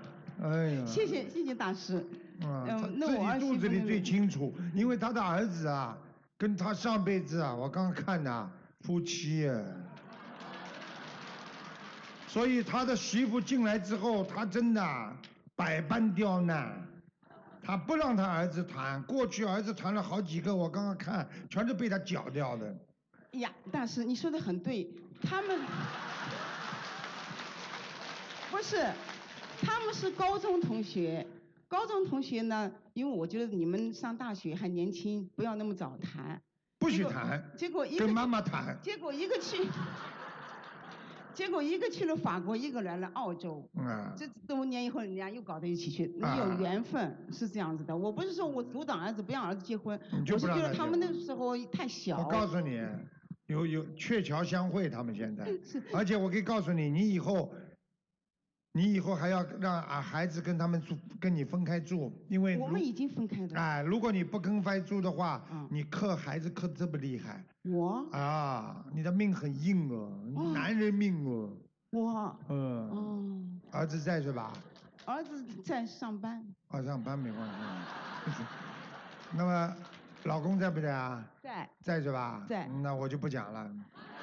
A: 哎呀。
H: 谢谢谢谢大师。
A: 嗯，
H: 嗯
A: 他
H: 那
A: 自
H: 我儿
A: 己肚
H: 媳
A: 子
H: 妇
A: 里
H: 那
A: 最
H: 个
A: 清楚，因为他的儿子啊，跟他上辈子啊，我刚看呐、夫妻啊，所以他的媳妇进来之后，他真的啊百般刁难，他不让他儿子谈，过去儿子谈了好几个，我刚刚看全是被他搅掉的。
H: 哎呀，大师，你说的很对，他们不是，他们是高中同学。高中同学呢，因为我觉得你们上大学还年轻，不要那么早谈。
A: 不
H: 结
A: 许
H: 果
A: 谈，
H: 结果一个
A: 跟妈妈谈，
H: 结果一个去， 结果一个去了法国，一个来了澳洲。
A: 嗯啊，
H: 这多年以后，人家又搞到一起去，
A: 啊
H: 你有缘分是这样子的。我不是说我阻挡儿子不让儿子结婚，
A: 你就
H: 我
A: 不
H: 是
A: 让
H: 觉
A: 他
H: 得
A: 结
H: 他们那
A: 婚
H: 时候太小。
A: 我告诉你，
H: 嗯
A: 有有鹊桥相会，他们现在，而且我可以告诉你，你以后，你以后还要让啊孩子跟他们住，跟你分开住，因为
H: 我
A: 如
H: 们已经分开的。
A: 哎，如果你不跟开住的话，
H: 嗯
A: 你克孩子克这么厉害
H: 我
A: 啊，你的命很硬哦，
H: 哦
A: 男人命哦，
H: 我
A: 嗯，
H: 哦，
A: 儿子在是吧？
H: 儿子在上班，
A: 啊，上班没关系。 那么，老公在不在啊？
H: 在
A: 在是吧？嗯
H: 在
A: 那我就不讲了。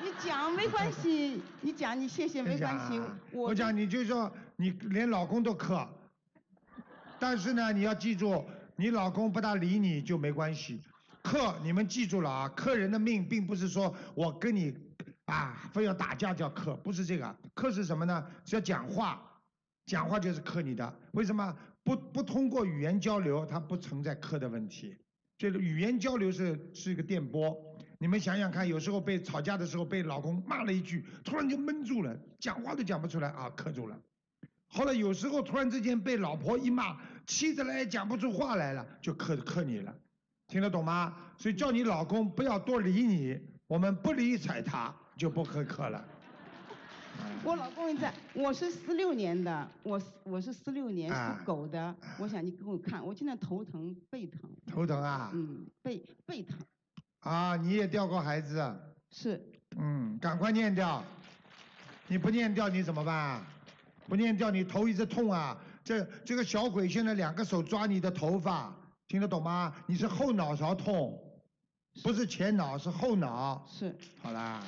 H: 你讲没关 系，你讲你谢谢没
A: 真假
H: 关系
A: 啊，
H: 我
A: 我讲你就说你连老公都克，但是呢，你要记住，你老公不大理你就没关系。克，你们记住了啊，克人的命并不是说我跟你啊非要打架叫克，不是这个，克是什么呢？是要讲话，讲话就是克你的。为什么不不通过语言交流，它不存在克的问题。这个语言交流是是一个电波。你们想想看，有时候被吵架的时候被老公骂了一句，突然就闷住了，讲话都讲不出来啊，克住了。后来有时候突然之间被老婆一骂，气得来也讲不出话来了，就克克你了，听得懂吗？所以叫你老公不要多理你，我们不理睬他就不会克了。
H: 我老公也在，我是四六年的，我我是四六年
A: 啊
H: 属狗的，我想你给我看，我现在头疼背疼，
A: 头疼啊？
H: 嗯，背背疼
A: 啊，你也掉过孩子啊？
H: 是
A: 嗯，赶快念掉，你不念掉你怎么办、啊？不念掉你头一直痛啊！这这个小鬼现在两个手抓你的头发，听得懂吗？你是后脑勺痛，不是前脑，是后脑。
H: 是
A: 好啦，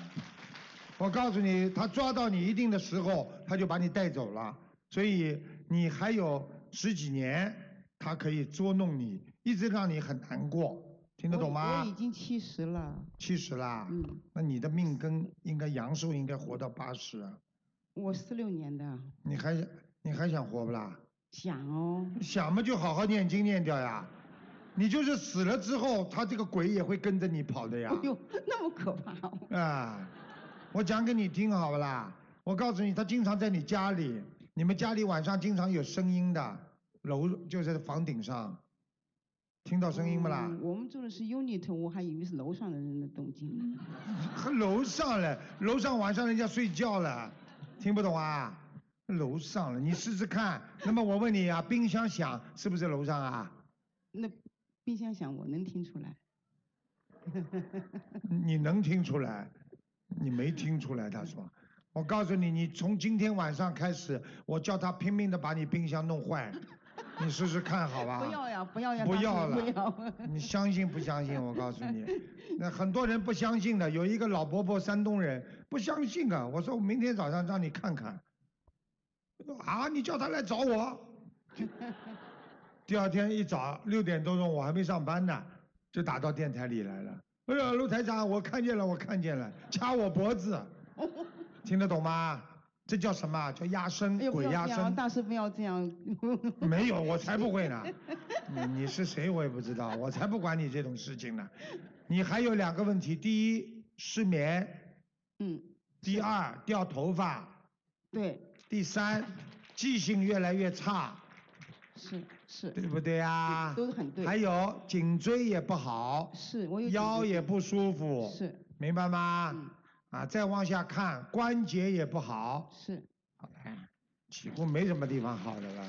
A: 我告诉你，他抓到你一定的时候，他就把你带走了。所以你还有十几年，他可以捉弄你，一直让你很难过，听得
H: 我
A: 懂
H: 已
A: 吗
H: 我已？经七十了，
A: 七十啦，
H: 嗯，
A: 那你的命根应该阳寿应该活到八十啊，
H: 我四六年的，
A: 你还你还想活不啦？
H: 想哦，
A: 想嘛就好好念经念掉呀，你就是死了之后，他这个鬼也会跟着你跑的呀
H: 哎。呦，那么可怕哦，
A: 啊，我讲给你听好不啦？我告诉你，他经常在你家里，你们家里晚上经常有声音的，楼就是房顶上，听到声音不啦？
H: 嗯我们住的是 unit，我还以为是楼上的人的动静呢。
A: 和楼上了，楼上晚上人家睡觉了，听不懂啊？楼上了，你试试看。那么我问你啊，冰箱响是不是楼上啊？
H: 那冰箱响我能听 出来，
A: 你能听出来？你没听出来，他说。我告诉你，你从今天晚上开始，我叫他拼命的把你冰箱弄坏，你试试看好吧？
H: 不要呀，不要呀，
A: 不
H: 当时
A: 要
H: 不
A: 了
H: 要。
A: 你相信不相 信？我告诉你，那很多人不相信的。有一个老伯伯，山东人，不相信啊。我说我明天早上让你看看。啊，你叫他来找我。第二天一早六点多钟，我还没上班呢，就打到电台里来了。哎呀，陆台长，我看见了，我看见了，掐我脖 子，听得懂吗？这叫什么？叫压身
H: 哎，呦， 不
A: 鬼
H: 要
A: 压
H: 这样，
A: 身。
H: 大师不要这样。
A: 没有，我才不会呢。 你你是谁我也不知道，我才不管你这种事情呢。你还有两个问题，第一，失眠，
H: 嗯，
A: 第二掉头发，
H: 对，
A: 第三记性越来越差，
H: 是是，
A: 对不对啊？
H: 都是很对。
A: 还有颈椎也不好，
H: 是我有颈
A: 腰
H: 椎
A: 也
H: 病
A: 不舒服，
H: 是
A: 明白吗？
H: 嗯
A: 啊，再往下看，关节也不好，
H: 是，
A: 哎，几乎没什么地方好的了。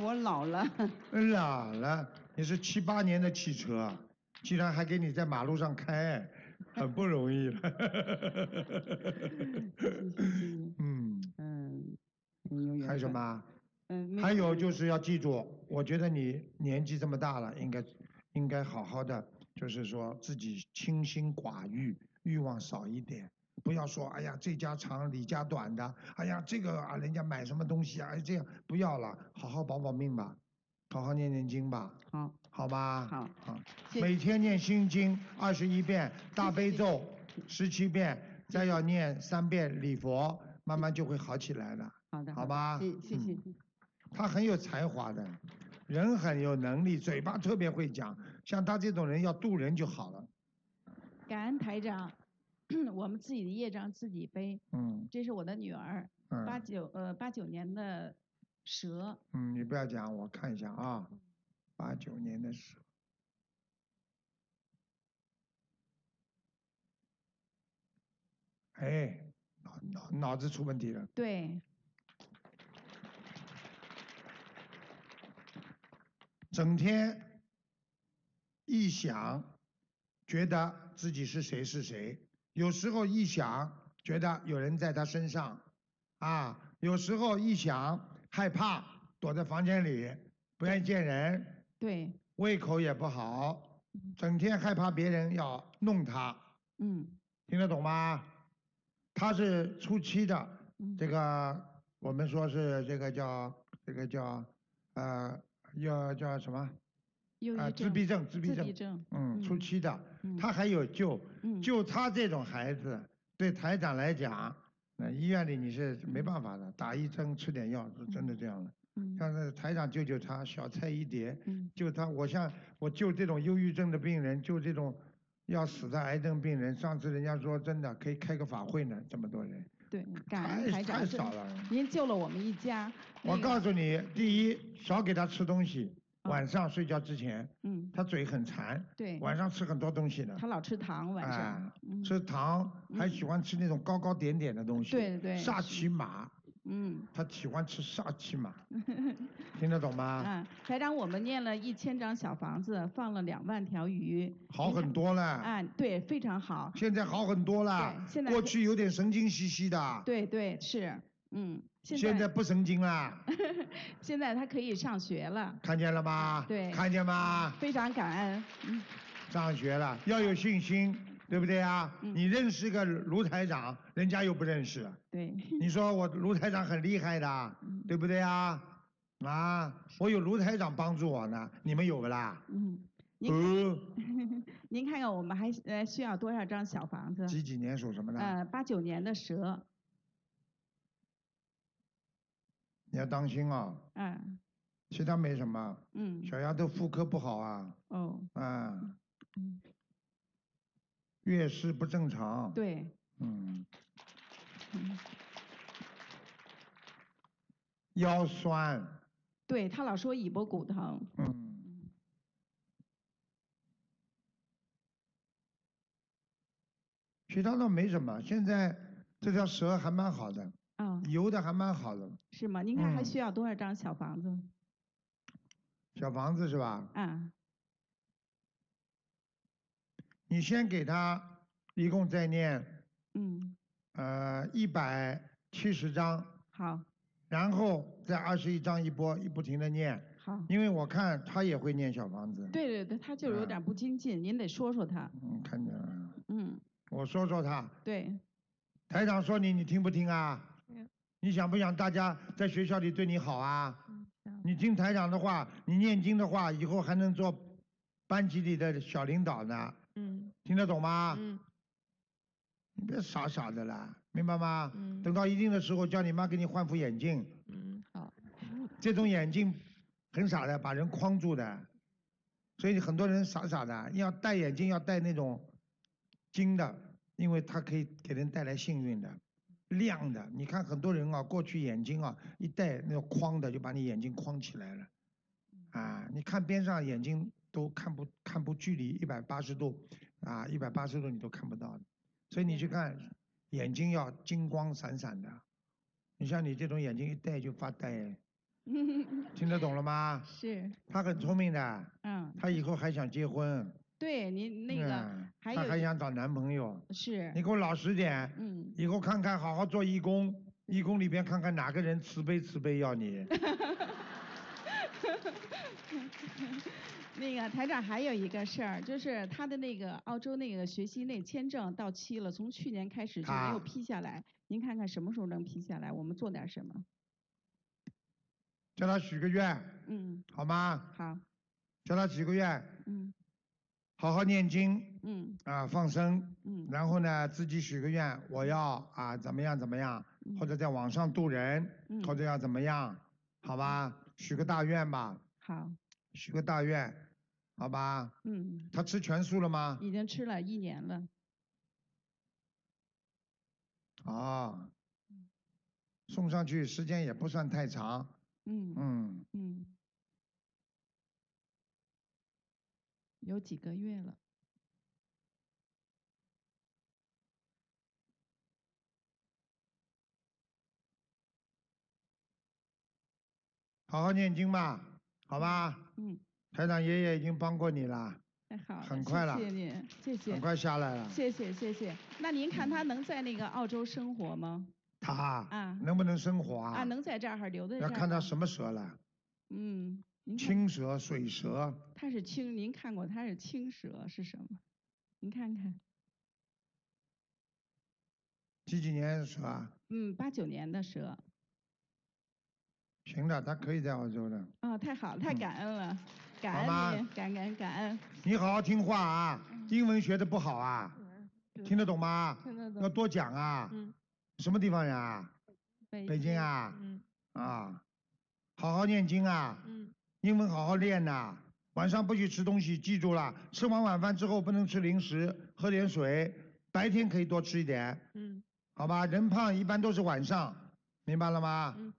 H: 我老了，
A: 老了，你是七八年的汽车，居然还给你在马路上开，很不容易 了。嗯，
H: 嗯，很有缘
A: 还有什
H: 分？
A: 么？
H: 嗯，没
A: 还有
H: 什么
A: 就是要记住，我觉得你年纪这么大了，应该应该好好的，就是说自己清心寡欲，欲望少一点。不要说，哎呀，这家长李家短的，哎呀，这个啊，人家买什么东西啊，哎，这样不要了，好好保保命吧，好好念念经吧，
H: 好，
A: 好吧？
H: 好，
A: 好，
H: 谢
A: 每天念心经二十一遍，大悲咒十七遍，再要念三遍礼佛，慢慢就会好起来了。
H: 好的，
A: 好
H: 的
A: 吧
H: 谢谢谢
A: 嗯他很有才华的，人很有能力，嘴巴特别会讲。像他这种人要渡人就好了。
I: 感恩台长， 我们自己的业障自己背。
A: 嗯
I: 这是我的女儿，八
A: 嗯
I: 九呃八九年的蛇，
A: 嗯，你不要讲，我看一下啊，八九年的时候。哎，脑脑脑子出问题了。
I: 对，
A: 整天一想，觉得自己是谁是谁，有时候一想觉得有人在他身上，啊，有时候一想害怕，躲在房间里不愿意见人，
I: 对，
A: 胃口也不好，整天害怕别人要弄他，
I: 嗯，
A: 听得懂吗？他是初期的，这
J: 嗯
A: 个我们说是这个叫这个叫呃要叫什么？
I: 忧
A: 啊，
I: 郁
A: 自
I: 症，
A: 闭症，自闭
I: 自
A: 症
I: 闭，症，
A: 嗯，初
I: 嗯
A: 期的，
I: 嗯
A: 他还有救，
I: 嗯，
A: 就他这种孩子，对台长来讲，那医院里你是没办法的，打一针吃点药，是真的这样的。
I: 嗯
A: 像是台长救救他，小菜一碟，
I: 嗯
A: 救他。我像我救这种忧郁症的病人，救这种要死的癌症病人，上次人家说真的可以开个法会呢，这么多人，
I: 对，感恩
A: 太
I: 台
A: 太
I: 长，
A: 少了。
I: 您救了我们一家，
A: 我
I: 那个
A: 告诉你，第一，少给他吃东西，
I: 嗯
A: 晚上睡觉之前，
I: 嗯，
A: 他嘴很馋，
I: 对，
A: 晚上吃很多东西的，
I: 他老吃糖晚上，
A: 啊
I: 嗯
A: 吃糖，还喜欢吃那种高高点点的东西。
I: 对对
A: 萨
I: 是
A: 琪玛，
I: 嗯
A: 他喜欢吃萨琪 玛，听得懂吗？
I: 啊，台长，我们念了一千张小房子，放了两万条鱼，
A: 好
I: 您看
A: 很多了，
I: 啊，对，非常好，
A: 现在好很多了
I: 对现。在
A: 过
I: 是
A: 去有点神经兮兮的，
I: 对对是，嗯，现
A: 现在
I: 在
A: 不神经了，
I: 现在他可以上学了。
A: 看见了吗？
I: 对
A: 看见吗？
I: 非常感恩，嗯，
A: 上学了，要有信心，对不对啊？
I: 嗯
A: 你认识个卢台长，人家又不认 识。
I: 对，
A: 你说我卢台长很厉害的，
I: 嗯
A: 对不对啊？啊，我有卢台长帮助我呢，你们有不啦？
I: 嗯，您
A: 呃，
I: 您看 看我们还呃需要多少张小房子？
A: 几几年属什么的？
I: 呃，八九年的蛇，
A: 你要当心啊，
I: 嗯
A: 其他没什么，
I: 嗯
A: 小丫头妇科不好啊，
I: 哦，
A: 啊，
I: 嗯
A: 月事不正常，
I: 对，
A: 嗯
I: 嗯，
A: 腰酸，
I: 对他老说尾巴骨疼，
A: 嗯，其他倒没什么，现在这条蛇还蛮好的，
I: 啊、
A: 游的还蛮好的，
I: 是吗？您看还
A: 嗯
I: 需要多少张小房子？
A: 小房子是吧？
I: 啊，
A: 你先给他一共再念
I: 嗯，
A: 呃一百七十章，
I: 好，
A: 然后再二十一章一波一不停的念，
I: 好，
A: 因为我看他也会念小房子。，
I: 对对对，他就是有点不精进，您得说说他，
A: 嗯，看见了。
I: 嗯，
A: 我说说他，
I: 对，
A: 台长说你，你听不听啊？你想不想大家在学校里对你好啊？
I: 嗯
A: 你听台长的话，你念经的话，以后还能做班级里的小领导呢。
B: 嗯
A: 听得懂吗？
B: 嗯
A: 你别傻傻的啦，明白吗？
B: 嗯
A: 等到一定的时候，叫你妈给你换副眼镜，
B: 嗯，好，
A: 这种眼镜很傻的，把人框住的。所以很多人傻傻的，要戴眼镜要戴那种金的，因为它可以给人带来幸运的、亮的。你看很多人啊，过去眼睛啊一戴那个框的，就把你眼睛框起来了，啊，你看边上眼睛都看不看不距离一百八十度，啊，一百八十度你都看不到的。所以你去看，眼睛要金光闪闪的。你像你这种眼睛一戴就发呆，听得懂了吗？
I: 是，
A: 他很聪明的，
I: 嗯，
A: 他以后还想结婚，
I: 对你那个
A: 嗯
I: 还
A: 他
I: 有
A: 还
I: 一
A: 想找男朋友。
I: 是，
A: 你给我老实点，
I: 嗯，
A: 以后看看好好做义工，义工里边看看哪个人慈悲慈悲要 你。
I: 那个台长还有一个事儿，就是他的那个澳洲那个学习那签证到期了，从去年开始就没
A: 啊
I: 有批下来。您看看什么时候能批下来？我们做点什么？
A: 叫他许个愿，
I: 嗯，
A: 好吗？
I: 好，
A: 叫他许个愿，
I: 嗯
A: 好好念经
I: 嗯
A: 啊、放生，
I: 嗯
A: 然后呢自己许个愿，我要啊怎么样怎么样，或者在网上渡人，
I: 嗯，
A: 或者要怎么样，好吧？许个大愿吧，
I: 好，
A: 许个大愿，好吧？
I: 嗯，
A: 他吃全素了吗？
I: 已经吃了一年了，
A: 啊，送上去时间也不算太长，
I: 嗯
A: 嗯，
I: 嗯，有几个月了，
A: 好好念经吧，好吧？
I: 嗯，
A: 台长爷爷已经帮过你了，
I: 太好了，
A: 很快了
I: 谢谢您，谢
A: 很
I: 谢，
A: 快嗯下来了。
I: 谢谢谢谢。那您看他能在那个澳洲生活吗？
A: 他
I: 啊
A: 能不能生活
I: 啊，
A: 啊？
I: 能啊在这儿还留在这
A: 要
I: 儿
A: 看他
I: 吗
A: 什么蛇了，
I: 嗯，您看
A: 青蛇、水蛇，
I: 它是青，您看过它是青蛇是什么？您看看，
A: 几几年蛇啊？
I: 嗯，八九年的蛇
A: 行的，他可以在澳洲的。
I: 啊、太好了，太感恩了，感
A: 嗯好吗
I: 恩您，感感感恩，
A: 你好好听话啊，英文学的不好啊，听得懂吗？
K: 嗯听
A: 要
K: 得懂。
A: 多讲啊。
K: 嗯
A: 什么地方人啊？
I: 北
A: 北京啊。
K: 嗯
A: 啊，好好念经啊，
K: 嗯，
A: 英文好好练呐、晚上不许吃东西，记住了，吃完晚饭之后不能吃零食，喝点水，白天可以多吃一点，
K: 嗯，
A: 好吧？人胖一般都是晚上，明白了吗？
K: 嗯。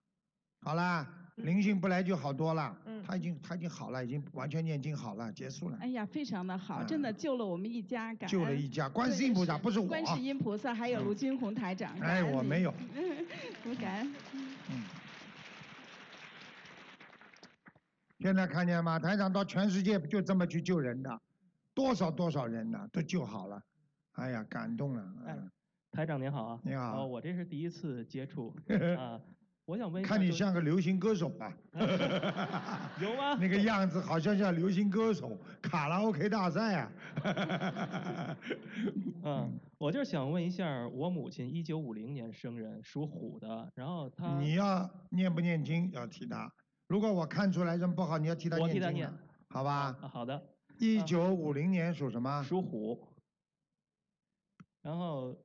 A: 好啦，
K: 嗯
A: 灵性不来就好多了。
K: 嗯
A: 他已经他已经好了，已经完全念经好了，结束了，
I: 哎呀，非常的好，真的救了我们一家，
A: 嗯
I: 感
A: 救了
I: 恩
A: 一家。观
I: 对
A: 世音菩萨
I: 是
A: 不是我，嗯
I: 观世音菩萨还有卢军红台长，感
A: 哎，
I: 恩
A: 我没
I: 您，
A: 有。
I: 我感恩，
A: 嗯。现在看见吗？台长到全世界就这么去救人的，多少多少人呢，都救好了。哎呀，感动了。
L: 哎
A: 嗯
L: 台长您好啊，
A: 你好
L: 呃我这是第一次接 触啊，我想问一下，啊
A: 看你 像个流行歌手啊，
L: 嗯有吗？
A: 那个样子好像像流行歌手，卡拉 OK 大赛啊。
L: 嗯，我就是想问一下，我母亲一九五零年生人，属虎的，然后她
A: 你要念不念经要提他，如果我看出来人不好，你要提他
L: 我
A: 念
L: 替
A: 经
L: 她
A: 了，
L: 念
A: 好吧？
L: 啊，好的，
A: 一九五零年属什么？
L: 属虎，然后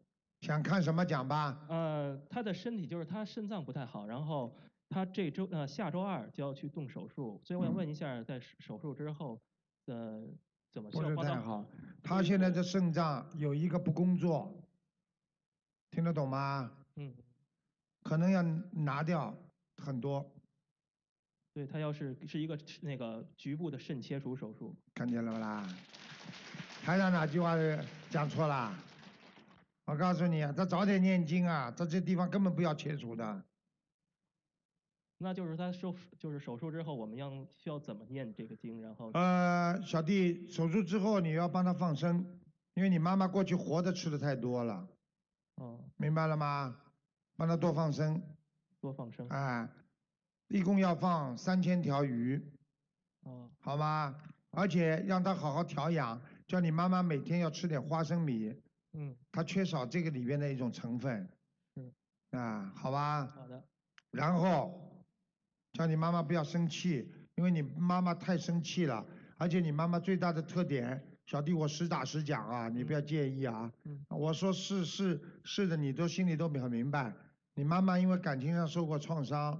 A: 想看什么讲吧？
L: 呃，她的身体就是她肾脏不太好，然后她这周呃下周二就要去动手术，所以我想
A: 嗯
L: 问一下，在手手术之后呃怎么
A: 不
L: 消
A: 是
L: 化
A: 太
L: 道
A: 好。他现在的肾脏有一个不工作，听得懂吗？
L: 嗯，
A: 可能要拿掉很多，
L: 对，她要是是一个那个局部的肾切除手术。
A: 看见了不啦？台长哪句话讲错啦？我告诉你啊，他早点念经啊，他这地方根本不要切除的。
L: 那就是他手就是手术之后，我们要需要怎么念这个经，然后
A: 呃，小弟，手术之后你要帮他放生，因为你妈妈过去活的吃的太多了，
L: 哦
A: 明白了吗？帮他多放生，
L: 多放生
A: 哎，一共要放三千条鱼。
L: 哦
A: 好吗？而且让他好好调养，叫你妈妈每天要吃点花生米，
L: 嗯
A: 她缺少这个里边的一种成分。
L: 是
A: 啊，好吧。
L: 好的
A: 然后叫你妈妈不要生气，因为你妈妈太生气了，而且你妈妈最大的特点，小弟我实打实讲啊，你不要介意啊。
L: 嗯
A: 我说是是是的，你都心里都很明白。你妈妈因为感情上受过创伤，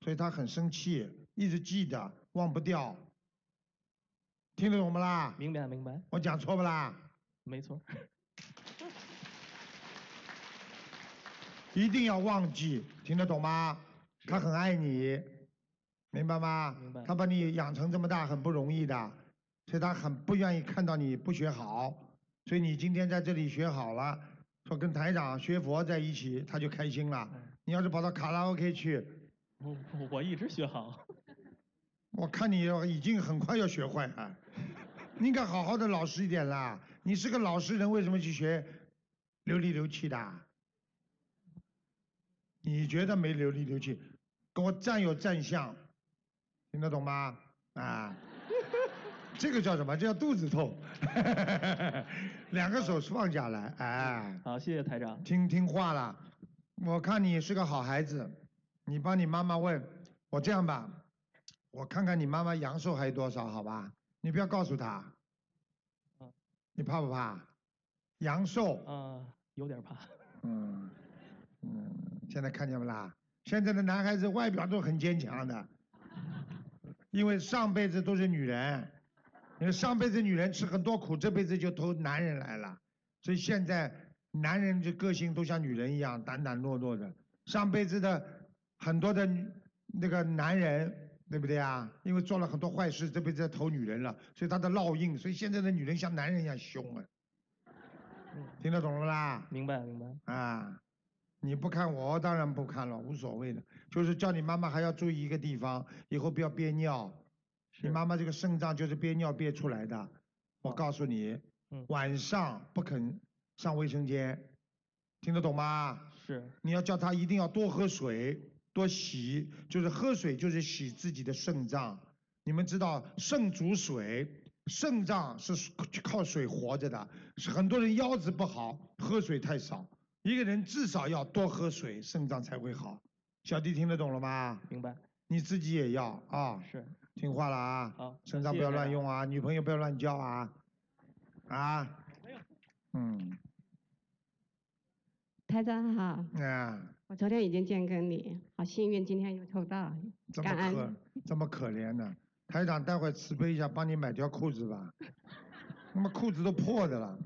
A: 所以她很生气，一直记得，忘不掉。听得懂不啦？
L: 明白明白
A: 我讲错不啦？
L: 没错
A: 一定要忘记，听得懂吗？他很爱你，明白吗？
L: 明白
A: 他把你养成这么大很不容易的，所以他很不愿意看到你不学好，所以你今天在这里学好了，说跟台长学佛在一起，他就开心了。你要是跑到卡拉 OK 去，
L: 嗯我我一直学好。
A: 我看你已经很快要学坏了，你应该好好的老实一点啦。你是个老实人，为什么去学流里流气的？啊你觉得没流里流气，跟我站有站相，听得懂吗？啊， 这个叫什么？这叫肚子痛， 两个手放下来，哎。
L: 好，谢谢台长。
A: 听听话啦，我看你是个好孩子，你帮你妈妈问我这样吧，我看看你妈妈阳寿还有多少，好吧？你不要告诉她，
L: 嗯
A: 你怕不怕？阳寿
L: 啊、有点怕。
A: 嗯，嗯，现在看见不啦？现在的男孩子外表都很坚强的，因为上辈子都是女人，因为上辈子女人吃很多苦，这辈子就投男人来了，所以现在男人这个性都像女人一样胆胆懦懦的。上辈子的很多的女那个男人，对不对啊？因为做了很多坏事，这辈子在投女人了，所以他的烙印，所以现在的女人像男人一样凶啊。听得懂了啦？
L: 明白明白。
A: 啊，你不看我当然不看了，无所谓的。就是叫你妈妈还要注意一个地方，以后不要憋尿。你妈妈这个肾脏就是憋尿憋出来的，我告诉你，
L: 嗯
A: 晚上不肯上卫生间，听得懂吗？
L: 是。
A: 你要叫她一定要多喝水，多洗，就是喝水就是洗自己的肾脏。你们知道肾主水，肾脏是靠水活着的。是很多人腰子不好，喝水太少。一个人至少要多喝水，肾脏才会好。小弟听得懂了吗？
L: 明白。
A: 你自己也要啊。
L: 是。
A: 听话了啊。
L: 好
A: 肾脏
L: 谢
A: 不
L: 谢
A: 要
L: 台
A: 乱
L: 长
A: 用啊，女朋友不要乱交啊。啊。嗯，
K: 台长好，
A: 啊，
K: 我昨天已经见跟你，好幸运今天有抽到，
A: 这么
K: 感
A: 可
K: 恩。
A: 这么可怜呢、台长，待会儿慈悲一下，帮你买条裤子吧。他妈裤子都破的了，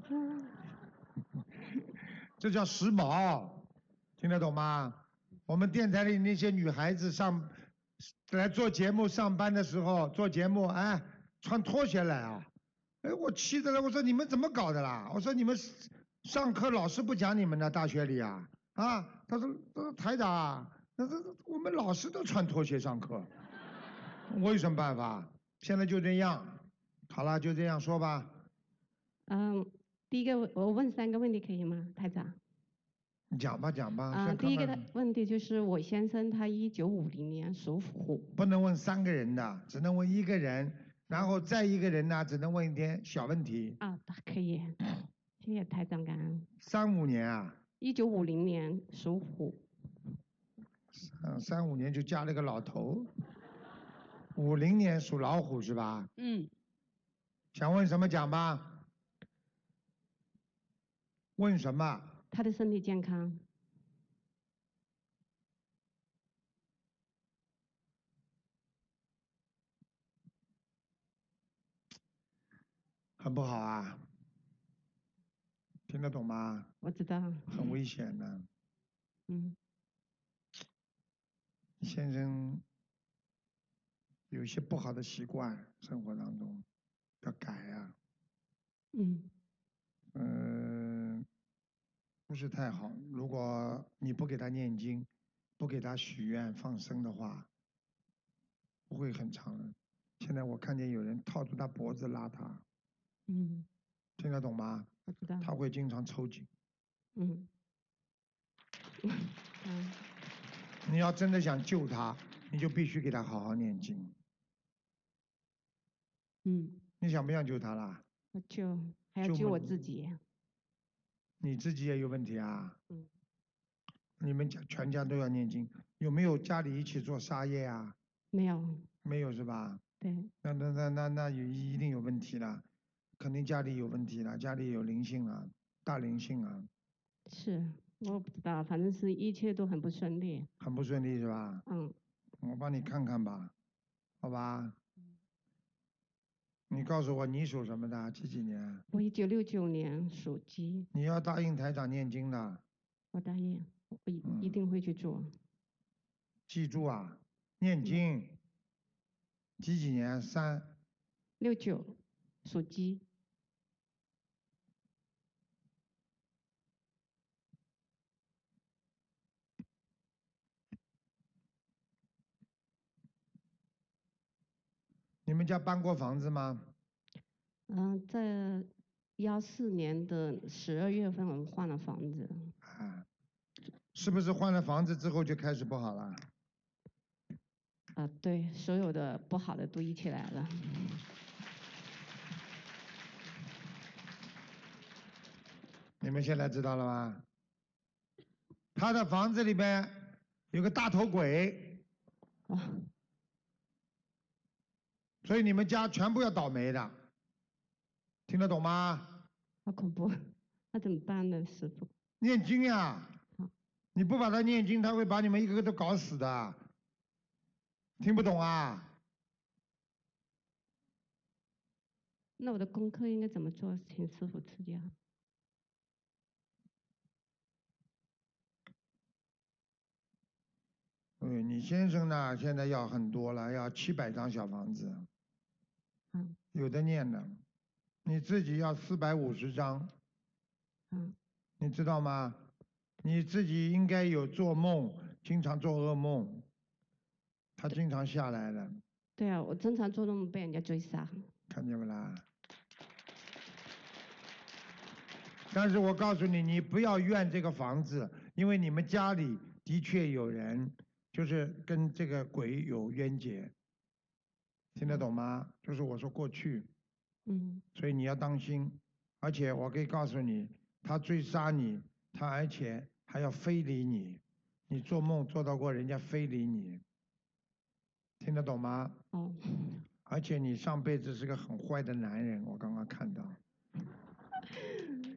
A: 这叫时髦，听得懂吗？我们电台里那些女孩子上来做节目上班的时候做节目，哎，穿拖鞋来啊！哎，我气得了，我说你们怎么搞的啦？我说你们上课老师不讲你们呢，大学里啊啊！他说他说台长啊，那这这我们老师都穿拖鞋上课，我有什么办法？现在就这样，好了，就这样说吧。
K: 嗯，第一个我我问三个问题可以吗，台长？
A: 你讲吧讲吧，
K: 啊、
A: 啊先
K: 第一
A: 看
K: 个
A: 看
K: 的问题就是我先生他一九五零年属虎，
A: 不能问三个人的，只能问一个人，然后再一个人呢，只能问一点小问题。
K: 啊，可以，谢谢台长，感恩。
A: 三五年啊，
K: 一九五零年属虎，
A: 嗯，三五年就加了个老头，五零年属老虎是吧？
I: 嗯，
A: 想问什么讲吧？问什么？
K: 他的身体健康，
A: 很不好啊，听得懂吗？
K: 我知道，
A: 很危险的、
K: 嗯，
A: 先生有一些不好的习惯，生活当中要改啊。
K: 嗯。
A: 嗯，不是太好。如果你不给他念经，不给他许愿放生的话，不会很长的。现在我看见有人套住他脖子拉他，
K: 嗯，
A: 听得懂吗？
K: 我知道，
A: 他会经常抽筋。
K: 嗯，嗯，
A: 你要真的想救他，你就必须给他好好念经。
K: 嗯，
A: 你想不想救他啦？
K: 我就还要
A: 就
K: 救
A: 问
K: 我
A: 你
K: 自己，
A: 你自己也有问题啊？
K: 嗯。
A: 你们家全家都要念经，有没有家里一起做沙业啊？
K: 没有，
A: 没有是吧？
K: 对，
A: 那那那那那有一定有问题了，肯定家里有问题了，家里有灵性啊，大灵性啊，
K: 是，我不知道，反正是一切都很不顺利，
A: 很不顺利是吧？
K: 嗯，
A: 我帮你看看吧，好吧？你告诉我你属什么的？几几年？
K: 我一九六九年属鸡，
A: 你要答应台长念经的，
K: 我答应，我一
A: 嗯
K: 一定会去做。
A: 记住啊，念经。几几年？三
K: 六九，属鸡。
A: 你们家搬过房子吗？
K: 嗯，在幺四年的十二月份，我们换了房子。
A: 啊，是不是换了房子之后就开始不好了？
K: 啊、对，所有的不好的都一起来了。
A: 你们现在知道了吧？他的房子里边有个大头鬼，所以你们家全部要倒霉的，听得懂吗？
K: 好恐怖，那怎么办呢，师傅？
A: 念经呀、
K: 嗯
A: 你不把他念经，他会把你们一个个都搞死的，听不懂啊？
K: 那我的功课应该怎么做？请师傅指教。
A: 嗯，你先生呢，现在要很多了，要七百张小房子，
K: 嗯，
A: 有的念的，你自己要四百五十张，
K: 嗯，
A: 你知道吗？你自己应该有做梦，经常做噩梦，他经常下来了，
K: 对啊，我经常做梦被人家追杀。
A: 看见没啦？但是我告诉你，你不要怨这个房子，因为你们家里的确有人，就是跟这个鬼有冤结，听得懂吗？就是我说过去，
K: 嗯，
A: 所以你要当心。而且我可以告诉你，他追杀你，他而且还要非礼你，你做梦做到过人家非礼你，听得懂吗？
K: 哦，
A: 而且你上辈子是个很坏的男人，我刚刚看到。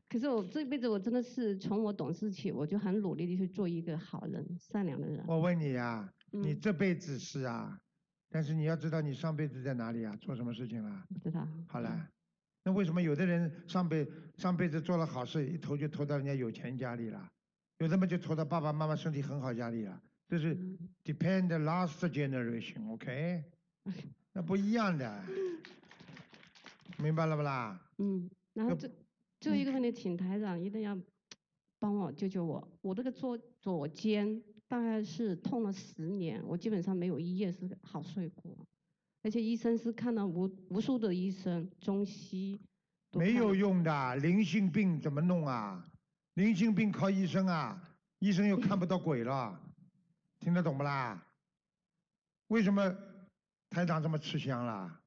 K: 可是我这辈子我真的是从我懂事起，我就很努力的去做一个好人、善良的人。
A: 我问你啊，
K: 嗯
A: 你这辈子是啊，但是你要知道你上辈子在哪里啊，做什么事情啦？
K: 不知道。嗯
A: 好了，那为什么有的人上辈上辈子做了好事，一投就投到人家有钱家里了，有的嘛就投到爸爸妈妈身体很好家里了？这是
K: 嗯
A: depend the last generation，OK？、那不一样的，明白了不啦？
K: 嗯，然后最最后一个问题，请台长一定要帮我救救我。我这个左左肩大概是痛了十年，我基本上没有一夜是好睡过，而且医生是看了无无数的医生，中西都
A: 没
K: 看
A: 有
K: 了
A: 用的，灵性病怎么弄啊？灵性病靠医生啊，医生又看不到鬼了，听得懂不啦？为什么台长这么吃香啦？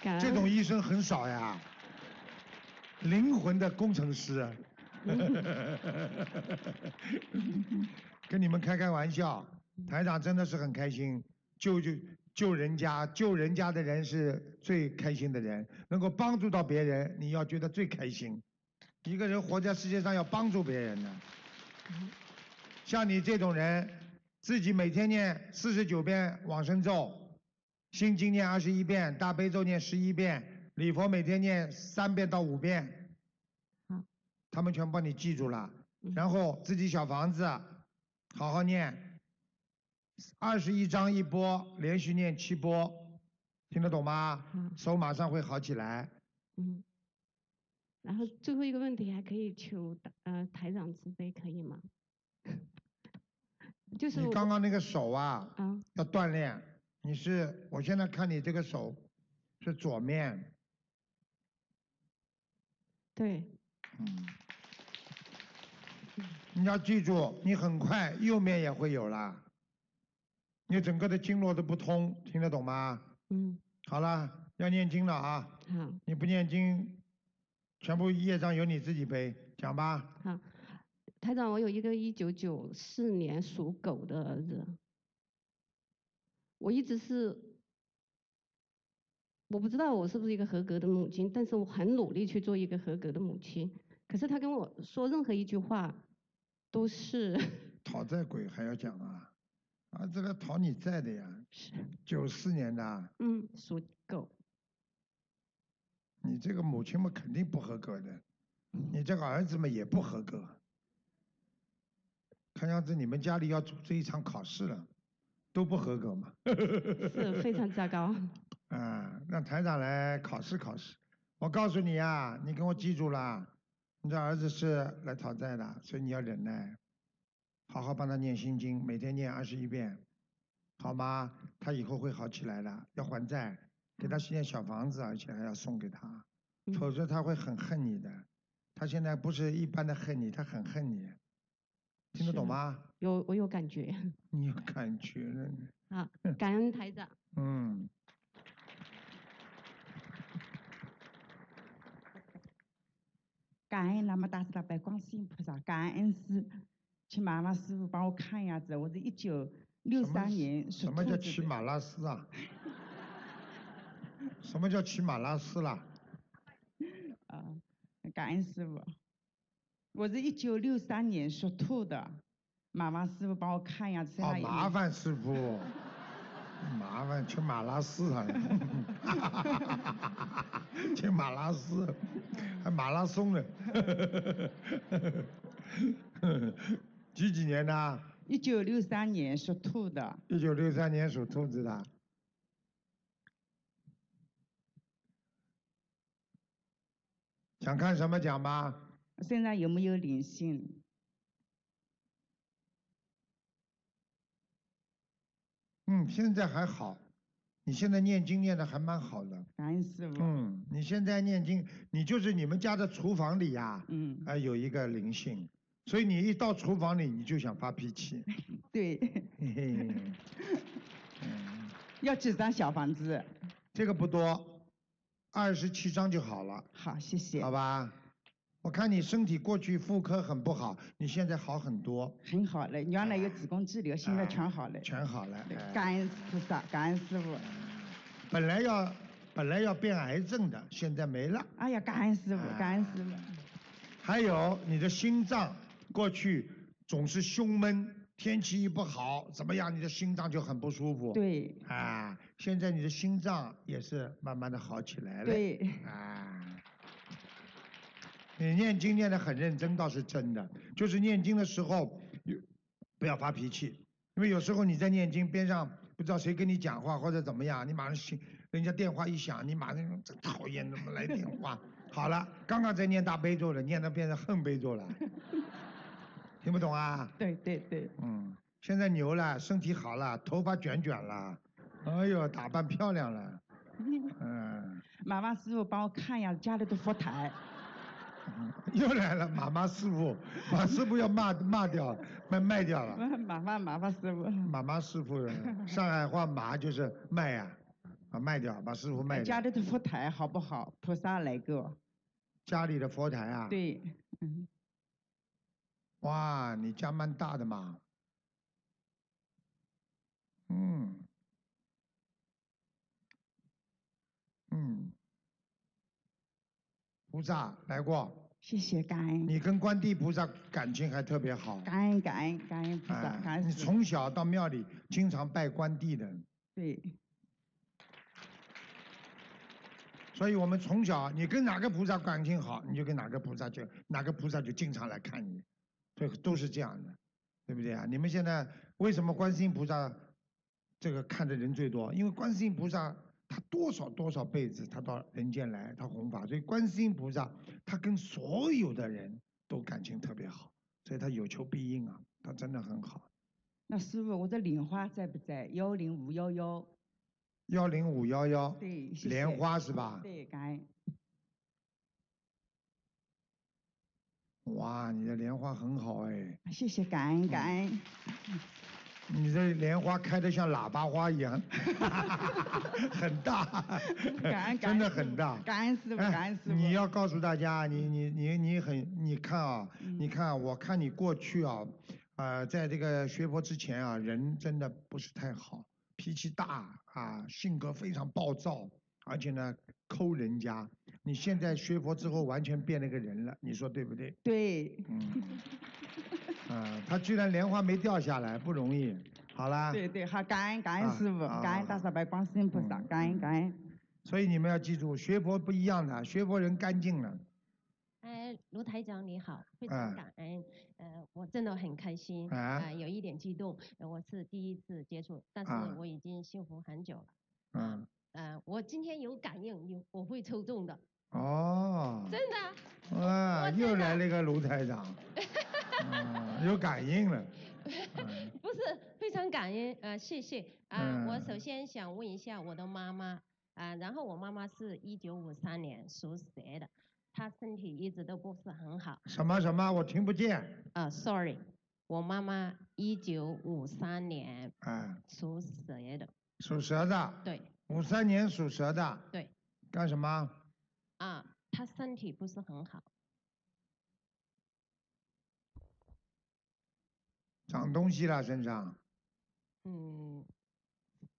K: 感
A: 这
K: 恩
A: 种医生很少呀，灵魂的工程师， 跟你们开开玩笑，台长真的是很开心，救救救人家，救人家的人是最开心的人，能够帮助到别人，你要觉得最开心。一个人活在世界上要帮助别人的，像你这种人，自己每天念四十九遍往生咒，心经念二十一遍，大悲咒念十一遍，礼佛每天念三遍到五遍。他们全帮你记住了，
K: 嗯
A: 然后自己小房子，好好念，二十一章一波，连续念七波，听得懂吗？手马上会好起来。
K: 嗯。然后最后一个问题还可以求大呃台长慈悲，可以吗？就是
A: 你
K: 我
A: 刚刚那个手啊，
K: 啊
A: 要锻炼。你是，我现在看你这个手是左面，
K: 对，
A: 你要记住，你很快右面也会有啦。你整个的经络都不通，听得懂吗？
K: 嗯。
A: 好了，要念经了啊！
K: 好。
A: 你不念经，全部业障由你自己背。讲吧。
K: 好，啊台长，我有一个一九九四年属狗的儿子，我一直是，我不知道我是不是一个合格的母亲，但是我很努力去做一个合格的母亲。可是他跟我说任何一句话，都是
A: 讨债鬼还要讲啊？啊，这个讨你债的呀。九四年的啊。
K: 嗯，属狗。嗯
A: 你这个母亲嘛，肯定不合格的，你这个儿子嘛也不合格，看样子你们家里要组织一场考试了，都不合格嘛。
K: 是非常糟糕。
A: 啊，让台长来考试考试。我告诉你啊，你给我记住啦，你这儿子是来讨债的，所以你要忍耐，好好帮他念心经，每天念二十一遍，好吗？他以后会好起来的，要还债，给他建小房子，而且还要送给他，否则他会很恨你的。他现在不是一般的恨你，他很恨你，听得懂吗？
K: 有我有感觉。
A: 你有感觉了呢，
K: 好，感恩台长。
A: 嗯。
M: 感恩南无大慈大悲观世音菩萨，感恩师，请麻烦师傅帮我看一下子，我是一九六三年属
A: 什么
M: 兔
A: 叫
M: 子
A: 骑
M: 的
A: 马拉丝 啊？什么叫骑马拉丝啦？
M: 啊，感恩师傅，我是一九六三年属兔的，麻烦师傅帮我看一下身
A: 哦
M: 上，有没
A: 麻
M: 有
A: 烦师傅，麻烦骑马拉丝啊， 骑马拉丝，还马拉松呢。 几几年的？啊
M: 一九六三年属兔的，
A: 一九六三年属兔子的。啊想看什么奖吗？
M: 身上有没有灵性？
A: 嗯，现在还好，你现在念经念的还蛮好的。
M: 感恩师傅。
A: 嗯，你现在念经，你就是你们家的厨房里呀、嗯，啊、有一个灵性，所以你一到厨房里你就想发脾气。
M: 对。
A: 嘿嘿，嗯
M: 要几张小房子？
A: 这个不多，二十七张就好了。
M: 好，谢谢。
A: 好吧，我看你身体过去妇科很不好，你现在好很多。
M: 很好了，原来有子宫肌瘤，现在全好了。
A: 全好了。哎
M: 感恩菩萨，感恩师傅。
A: 本来要本来要变癌症的，现在没了。
M: 哎呀，感恩师傅，感恩师傅。
A: 还有你的心脏过去总是胸闷，天气一不好，怎么样，你的心脏就很不舒服。
M: 对。
A: 啊，现在你的心脏也是慢慢的好起来了。
M: 对。
A: 啊。你念经念得很认真倒是真的，就是念经的时候有不要发脾气，因为有时候你在念经边上不知道谁跟你讲话或者怎么样，你马上心人家电话一响，你马上真讨厌怎么来电话。好了，刚刚在念大悲咒了，念到变成恨悲咒 了，听不懂啊？
M: 对对对。
A: 嗯，现在牛了，身体好了，头发卷卷了，哎呦，打扮漂亮了，嗯，
M: 麻烦师傅帮我看一下家里的佛台。
A: 又来了，妈妈师 傅，把师傅要骂骂掉，卖卖掉了。
M: 麻烦麻烦 师傅。
A: 妈妈师傅， 上海话麻就是卖呀、啊，卖掉，把师傅卖掉
M: 家。里的佛台好不好？菩萨来给我。
A: 家里的佛台啊。。
M: 对，嗯，
A: 哇，你家蛮大的嘛。嗯。嗯。菩萨来过。
M: 谢谢感恩。
A: 你跟观地菩萨感情还特别好。
M: 感恩感恩感恩菩萨，
A: 哎
M: 感恩
A: 你
M: 师父
A: 从小到庙里经常拜观地的，
M: 对
A: 所以我们从小你跟哪个菩萨感情好，你就跟哪个菩萨就哪个菩萨就经常来看你，这都是这样的，对不对啊？你们现在为什么观世音菩萨这个看的人最多？因为观世音菩萨他多少多少辈子他到人间来，他弘法，所以观世音菩萨他跟所有的人都感情特别好，所以他有求必应啊，他真的很好。
M: 那师傅，我的莲花在不在？幺零五幺幺。
A: 幺零五幺幺，
M: 对，
A: 哦
M: 谢谢
A: 莲花是吧？
M: 对，感 恩。
A: 哇，你的莲花很好哎，
M: 啊
A: 嗯
M: 谢谢感恩感恩。
A: 你这莲花开得像喇叭花一 样，很大，
M: 感恩感
A: 真
M: 恩
A: 的
M: 师
A: 很
M: 父
A: 大。
M: 感恩师傅，
A: 哎
M: 感恩师
A: 你
M: 傅。
A: 要告诉大家，啊
M: 嗯
A: 你你你你很，你看啊，你看啊、我看你过去啊，呃，在这个学佛之前啊，人真的不是太好，脾气大啊，性格非常暴躁，而且呢抠人家。你现在学佛之后完全变了个人了，你说对不对？
M: 对。
A: 嗯。啊，他居然莲花没掉下来，不容易。好啦。
M: 对对，好，感恩感恩
A: 啊
M: 师傅，
A: 好
M: 感
A: 好嗯
M: 恩大慈白观世音菩萨，感恩感恩。
A: 所以你们要记住，学佛不一样的，学佛人干净了。
C: 哎，
N: 呃，卢台长你好，非
A: 哎
N: 常感恩，呃，我真的很开心，
A: 哎
N: 啊、有一点激动，呃我是第一次接触，但是
A: 啊
N: 我已经幸福很久了，
A: 嗯，
N: 呃，我今天有感应，有我会抽中的，
A: 哦，
N: 真的，
A: 哇，又来了一个卢台长，啊，有感应了，
N: 不是非常感恩，呃，谢谢，啊、我
A: 嗯
N: 首先想问一下我的妈妈，啊、然后我妈妈是一九五三年属蛇的，她身体一直都不是很好，
A: 什么什么，我听不见，
N: 啊，sorry，我妈妈一九五三年
A: 啊，
N: 属蛇的，
A: 属蛇的，
N: 对
A: 五三年属蛇的，
N: 对，
A: 干什么？
N: 啊，她身体不是很好，
A: 长东西了身上，
N: 嗯，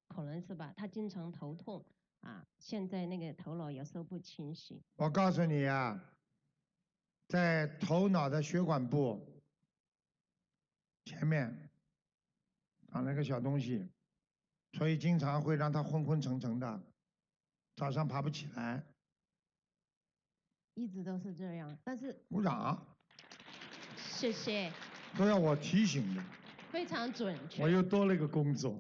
N: 可能是吧，她经常头痛啊，现在那个头脑有时候不清晰，
A: 我告诉你啊，在头脑的血管部前面长了个小东西，所以经常会让他昏昏沉沉的，早上爬不起来。
N: 一直都是这样，但是
A: 鼓掌，
N: 谢谢，
A: 都要我提醒的，
N: 非常准确，
A: 我又嗯多了一个工作。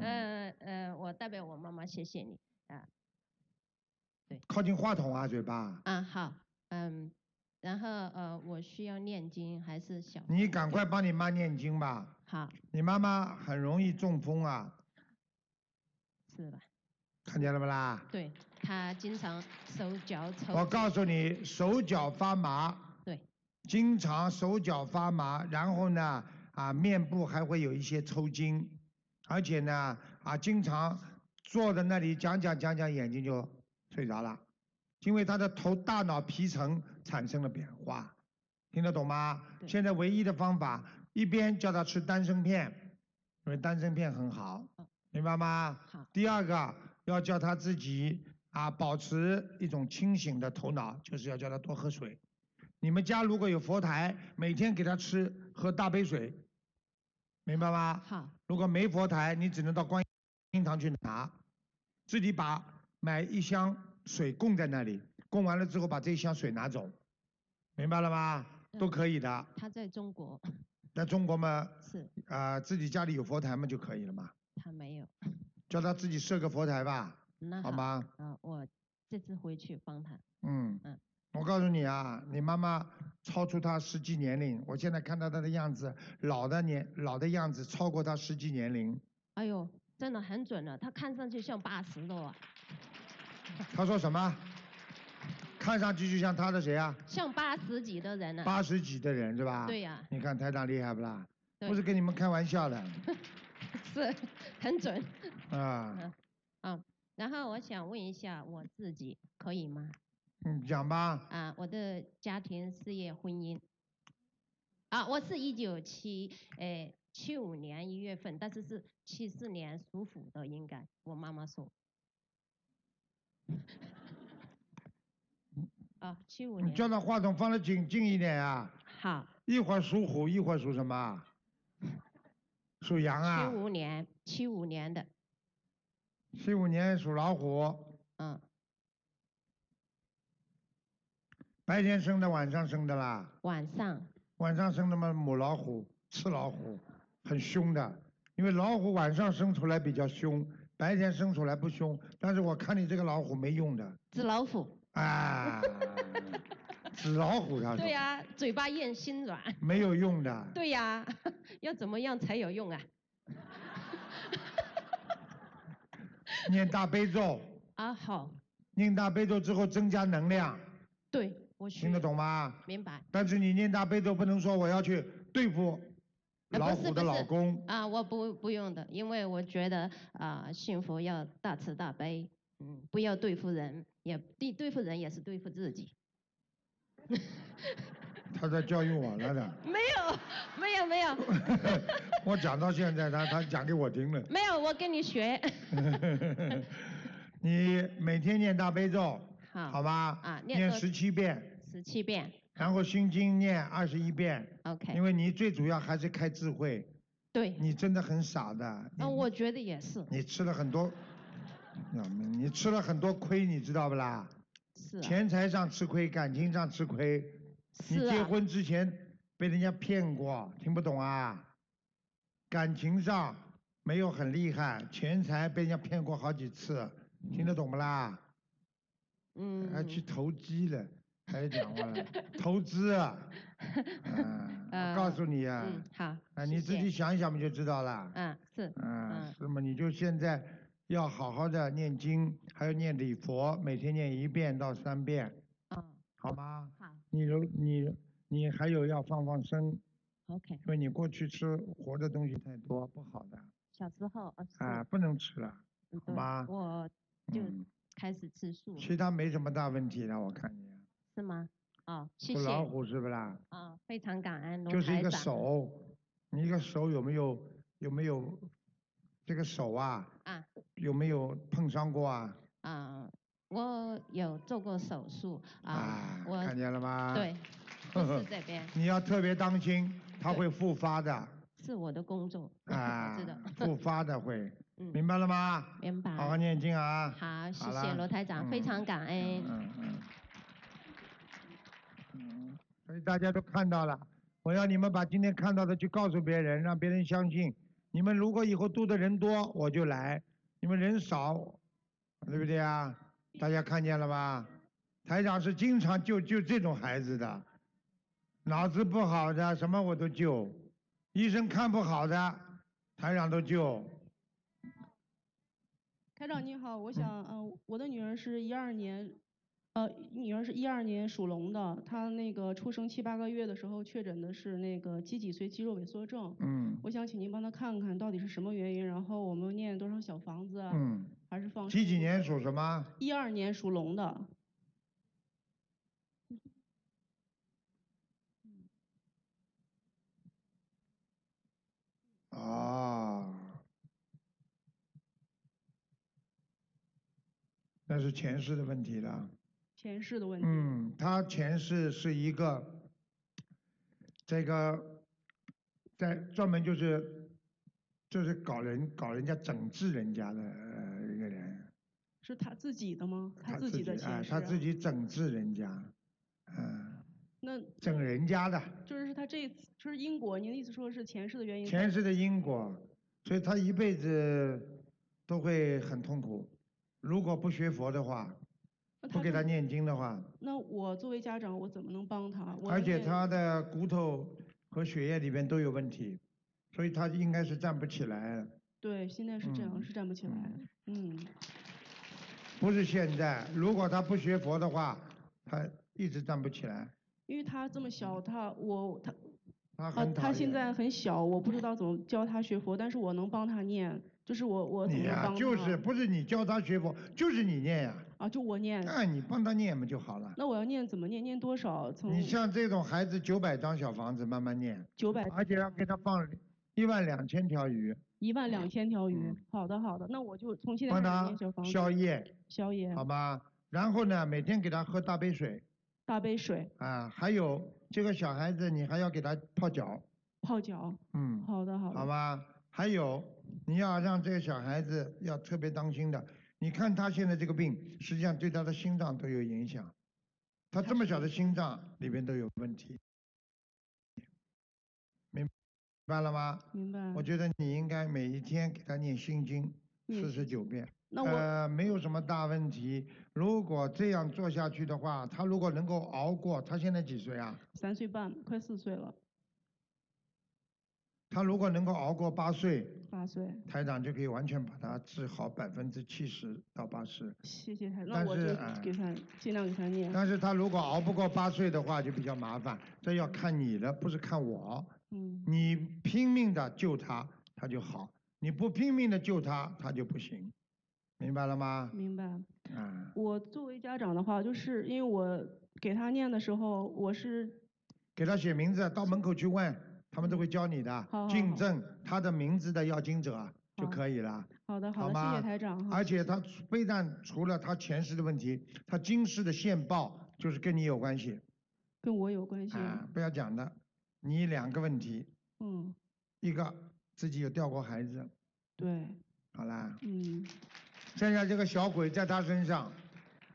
N: 呃呃，我代表我妈妈谢谢你啊，
A: 靠近话筒啊，嘴巴，
N: 啊好，嗯，然后呃，我需要念经还是小？
A: 你赶快帮你妈念经吧，
N: 好，
A: 你妈妈很容易中风啊，
N: 是吧？
A: 看见了不啦？
N: 对她经常手脚抽
A: 我
N: 筋
A: 告诉你，手脚发麻。
N: 对。
A: 经常手脚发麻，然后呢，啊，面部还会有一些抽筋，而且呢，啊，经常坐在那里讲讲讲讲，眼睛就睡着了，因为他的头大脑皮层产生了变化，听得懂吗？现在唯一的方法，一边叫他吃丹参片，因为丹参片很好，明白吗？第二个要叫他自己啊保持一种清醒的头脑，就是要叫他多喝水。你们家如果有佛台，每天给他吃喝大杯水，明白吗？
N: 好。
A: 如果没佛台，你只能到观音堂去拿，自己把买一箱水供在那里，供完了之后把这一箱水拿走，明白了吗？都可以的。
N: 她在中国，
A: 在中国嘛，
N: 是
A: 啊，自己家里有佛台嘛就可以了嘛，
N: 她没有。
A: 叫他自己设个佛台吧，
N: 那
A: 好吗？
N: 啊，我这次回去帮她。
A: 嗯
N: 嗯，
A: 我告诉你啊，你妈妈超出她实际年龄，我现在看到她的样子，老的年老的样子超过她实际年龄。
N: 哎呦，真的很准了，她看上去像八十多啊，
A: 她说什么？看上去就像她的谁啊？
N: 像八十几的人呢、啊
A: 八十几的人是吧？
N: 嗯对呀
A: 你看台长厉害不啦？
N: 对
A: 不是跟你们开玩笑 的
N: 是很准。
A: 啊。
N: 嗯嗯，然后我想问一下我自己，可以吗？
A: 你讲吧，
N: 啊，我的家庭、事业、婚姻。啊，我是一九七诶七五年一月份，但是是七四年属虎的，应该我妈妈说。啊，七五
A: 你
N: 年。
A: 叫她话筒放得紧近一点啊。
N: 好。
A: 一会儿属虎，一会儿属什么 啊？属羊啊
N: 七。五年，七五年的，
A: 七五年属老虎。
N: 嗯。
A: 白天生的，晚上生的啦。
N: 晚上。
A: 晚上生的嘛，母老虎，雌老虎，很凶的。因为老虎晚上生出来比较凶，白天生出来不凶。但是我看你这个老虎没用的。
N: 纸老虎。
A: 啊，纸老虎他说。
N: 对呀、嘴巴硬心软。
A: 没有用的。
N: 对呀、 要怎么样才有用啊？
A: 念大悲咒，
N: 啊，好，
A: 念大悲咒之后增加能量，
N: 对我需
A: 听得
N: 要
A: 懂吗？
N: 明白。
A: 但是你念大悲咒不能说我要去对付
N: 呃
A: 老
N: 不是
A: 虎的
N: 不
A: 老
N: 是
A: 公，
N: 啊，我不不用的，因为我觉得啊、幸福要大慈大悲，嗯，不要对付人，也对对付人也是对付自己。
A: 他在教育我了 的。
N: 没有，没有，没有，
A: 我讲到现在，他他讲给我听了。
N: 没有，我跟你学。
A: 你每天念大悲咒，
N: 好
A: 好吧？
N: 啊念
A: 念
N: 多啊
A: 十七遍，
N: 十七遍，
A: 然后心经念二十一遍。
N: OK
A: 因为你最主要还是开智慧。
N: 对。
A: 你真的很傻的。
N: 啊，我觉得也是，
A: 你吃了很多，要命！你吃了很多亏，你知道不啦？
I: 是啊
A: 钱财上吃亏，感情上吃亏。你
I: 是啊
A: 结婚之前被人家骗过，听不懂啊？感情上没有很厉害，钱财被人家骗过好几次，听得懂不啦？
N: 嗯
A: 还去投机了，还讲话了，投资啊！嗯我告诉你啊，
N: 嗯，好，
A: 啊，你自己想一想不就知道了？
N: 嗯，是，
A: 嗯，那么你就现在要好好的念经，还要念礼佛，每天念一遍到三遍，好吗？
N: 好
A: 你如你你还有要放放生，
N: ，OK，
A: 因为你过去吃活的东西太多，不好的
N: 小时候啊，是
A: 啊，不能吃了，
N: 嗯
A: 好吗
N: 对我就开始吃素，
A: 其他没什么大问题了，我看你
N: 是吗？哦，谢
A: 属
N: 谢，
A: 老虎是不啦？
N: 啊，非常感恩卢
A: 就是一
N: 台
A: 个
N: 长，
A: 手，你一个手有没有有没有这个手啊？
N: 啊
A: 有没有碰伤过啊？
N: 啊，我有做过手术啊，我
A: 看见了吗？，
N: 对，不是这边
A: 你要特别当心，它会复发的
N: 是我的工作，
A: 啊
N: 我知道，
A: 复发的会，
N: 嗯
A: 明白了吗？
N: 明白。
A: 好好念经啊。
N: 好，谢谢
A: 哦啦
N: 罗台长，非
A: 嗯
N: 常感恩。
A: 嗯嗯嗯，所以大家都看到了，我要你们把今天看到的去告诉别人，让别人相信。你们如果以后度的人多，我就来；你们人少，对不对啊？大家看见了吧？台长是经常救救这种孩子的，脑子不好的什么我都救，医生看不好的台长都救。
O: 台长你好，我想，嗯、我的女儿是一二年，呃，女儿是一二年属龙的，她那个出生七八个月的时候确诊的是那个肌脊髓肌肉萎缩症。
A: 嗯
O: 我想请您帮她看看到底是什么原因，然后我们念多少小房子啊？
A: 嗯，
O: 还是放
A: 几
O: 生
A: 几年属什么？
O: 一二年属龙的，
A: 哦，那是前世的问题了。
O: 前世的问题。
A: 嗯，他前世是一个这个在专门就是就是搞人搞人家整治人家的呃一个人，
O: 是她自己的吗？她
A: 他
O: 自己的前
A: 哎
O: 世、
A: 他
O: 啊
A: 自。己整治人家，嗯，
O: 那
A: 整人家的
O: 就是她这次就是因果，您的意思说是前世的原因？
A: 前世的因果，所以他一辈子都会很痛苦。如果不学佛的话，
O: 那
A: 不给他
O: 这么
A: 念经的话，
O: 那我作为家长，我怎么能帮她？我
A: 而
O: 要
A: 且
O: 念
A: 他的骨头和血液里边都有问题，所以他应该是站不起来，
O: 对，现在是这样，
A: 嗯
O: 是站不起来。嗯，
A: 不是现在。如果他不学佛的话，他一直站不起来。
O: 因为他这么小，他我他
A: 他
O: 啊
A: 很，讨
O: 他现
A: 厌
O: 在很小，我不知道怎么教他学佛，但是我能帮他念，就是我我怎
A: 你
O: 么
A: 呀、
O: 帮他？
A: 就是不是你教他学佛，就是你念呀、
O: 啊，就我念。
A: 哎，你帮他念不就好了？
O: 那我要念怎么念？念多少？从
A: 你像这种孩子，九百张小房子慢慢念，
O: 嗯九百，
A: 而且要给他放一万两千条鱼，
O: 一万两千条鱼。好的好的，那我就从现在
A: 嗯帮
O: 开始
A: 他
O: 念小房子。
A: 宵夜，
O: 宵夜。
A: 好吧？然后呢，每天给他喝大杯水
O: 大杯水，
A: 啊，还有这个小孩子，你还要给他泡脚，
O: 泡脚。
A: 嗯，
O: 好的好的。
A: 好吧？还有，你要让这个小孩子要特别当心的。你看他现在这个病，实际上对他的心脏都有影响。他这么小的心脏里边都有问题，明白了吗？
O: 明白。
A: 我觉得你应该每一天给他念心经
O: 念
A: 四
O: 心
A: 十
O: 经
A: 九遍。
O: 嗯那我
A: 呃没有什么大问题。如果这样做下去的话，他如果能够熬过，他现在几岁啊？
O: 三岁半，快四岁了，
A: 他如果能够熬过八岁，
O: 八岁。
A: 台长就可以完全把它治好百分之七十到八十。
O: 谢谢他，那
A: 但
O: 我就是
A: 哎
O: 给他尽量给他念。
A: 但是他如果熬不过八岁的话，就比较麻烦，这要看你了，不是看我。
O: 嗯。
A: 你拼命的救他，他就好；你不拼命的救他，他就不行，明白了吗？
O: 明白。
A: 啊，
O: 我作为家长的话，就是因为我给他念的时候，我是
A: 给他写名字，到门口去问，他们都会教你的。
O: 好
A: 订
O: 好
A: 正他的名字的要经者就可以了。
O: 好的
A: 好
O: 好的，谢
A: 吗
O: 哦谢台长哈。
A: 而且他非但除了他前世的问题，他今世的现报就是跟你有关系。
O: 跟我有关系。
A: 啊，不要讲的，你两个问题，
O: 嗯，
A: 一个自己有掉过孩子，
O: 对，
A: 好啦，
O: 嗯，
A: 剩下这个小鬼在他身上，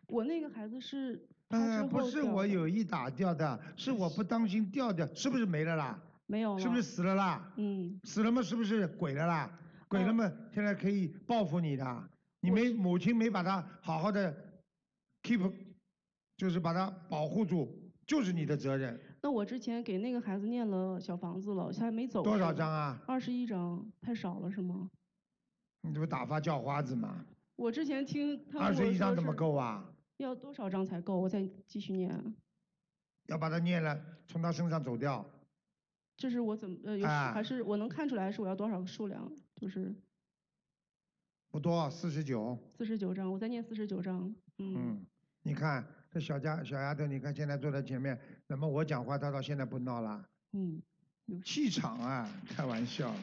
O: 我那个孩子是
A: 呃，
O: 之
A: 不
O: 后
A: 是
O: 掉
A: 我
O: 的
A: 有意打掉的，是我不当心掉的，是不是没了啦？
O: 没有
A: 是不
O: 了
A: 是死了啦？
O: 嗯，
A: 死了吗？是不是鬼了啦？鬼了吗？现在可以报复你的，你没母亲没把他好好的 keep，就是把他保护住，就是你的责任。
O: 那我之前给那个孩子念了小房子了，现在没走。
A: 多少张啊？
O: 二十一张，太少了是吗？
A: 你这不打发叫花子吗？
O: 我之前听他
A: 二
O: 跟我
A: 十一张
O: 说
A: 怎么
O: 是
A: 够啊？
O: 要多少张才够？我再继续念。啊
A: 要把它念了，从他身上走掉。
O: 这是我怎么呃有、
A: 啊
O: 还是我能看出来是我要多少个数量？就是
A: 不多，四十九。
O: 四十九张，我再念四十九张。嗯，
A: 嗯，你看这小家小丫头，你看现在坐在前面，怎么我讲话她到现在不闹了？
O: 嗯，
A: 气场啊，开玩笑，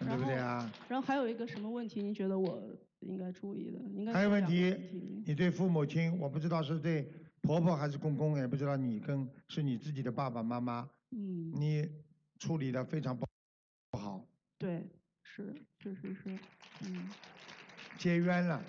A: 对不对啊？
O: 然后还有一个什么问题？您觉得我应该注意的？应该
A: 还有
O: 注意
A: 问
O: 两个
A: 题，你对父母亲，我不知道是对婆婆还是公公，也不知道你跟是你自己的爸爸妈妈，
O: 嗯，
A: 你处理的非常不不好，
O: 对，是是是是，嗯，
A: 结冤了，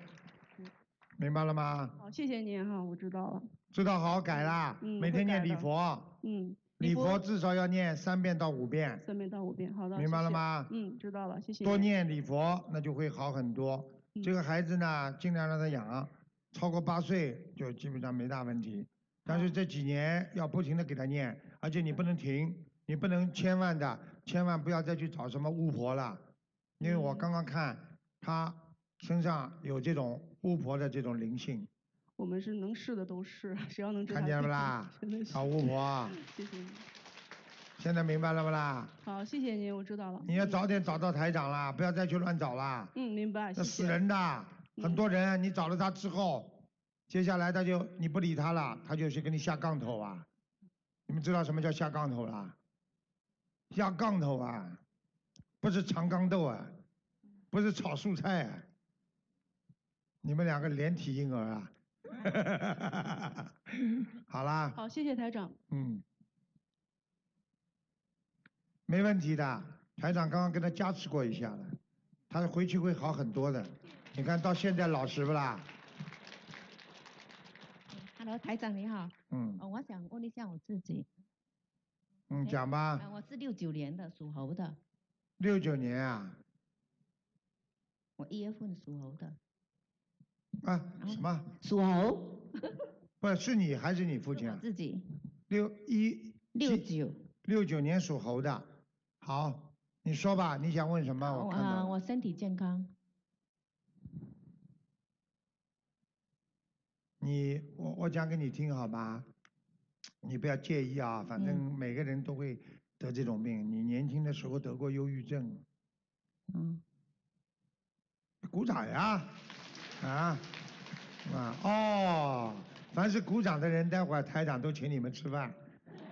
A: 明白了吗？
O: 好，谢谢您哈，我知道了。
A: 知道好好改啦，
O: 嗯
A: 每
O: 会
A: 天念
O: 改
A: 礼
O: 的
A: 佛，
O: 嗯，
A: 礼佛
O: 佛
A: 至少要念三遍到五遍。
O: 三遍到五遍，好的，
A: 明白
O: 谢
A: 了
O: 谢
A: 吗
O: 嗯，知道了，谢谢。嗯
A: 多。念礼佛，那就会好很多。这个孩子呢，尽量让他养，超过八岁就基本上没大问题。但
O: 哦
A: 是这几年要不停的给他念，而且你不能停，你不能千万的，千万不要再去找什么巫婆了，因为我
O: 嗯
A: 刚刚看他身上有这种巫婆的这种灵性，
O: 我们是能试的都试，谁要能知
A: 看
O: 道
A: 见了
O: 自
A: 不啦
O: 己真的？是
A: 找巫婆，
O: 谢谢你。
A: 现在明白了不啦？
O: 好，谢谢您，我知道了。
A: 你要早点找到台长啦，不要再去乱找啦。
O: 嗯，明白。
A: 那
O: 谢
A: 死
O: 谢
A: 人的，很多人你找了他之后，接下来他就你不理他了，他就去跟你下杠头啊。你们知道什么叫下杠头啦？下杠头啊，不是长杠豆啊，不是炒蔬菜啊。你们两个连体婴儿啊！ 好啦，
O: 好，谢谢台长。
A: 嗯，没问题的。台长刚刚跟他加持过一下了，他回去会好很多的。你看到现在老实不啦？
E: Hello，台长你好。
A: 嗯
E: 呃我想问一下我自己。
A: 嗯，
E: 哎
A: 讲吧
E: 呃。我是六九年的，属猴的。
A: 六九年啊，
E: 我一月份属猴的。
A: 啊什么？
E: 属猴。
A: 不是你还是你父亲啊？
E: 自己。
A: 六一六九六九年属猴的，好，你说吧，你想问什么？我
E: 我
A: 哦看
E: 啊，
A: 到
E: 我身体健康。
A: 你，我我讲给你听好吧，你不要介意啊，反正每个人都会得这种病。你年轻的时候得过忧郁症，
E: 嗯，
A: 鼓掌呀，啊啊哦，凡是鼓掌的人，待会儿台长都请你们吃饭，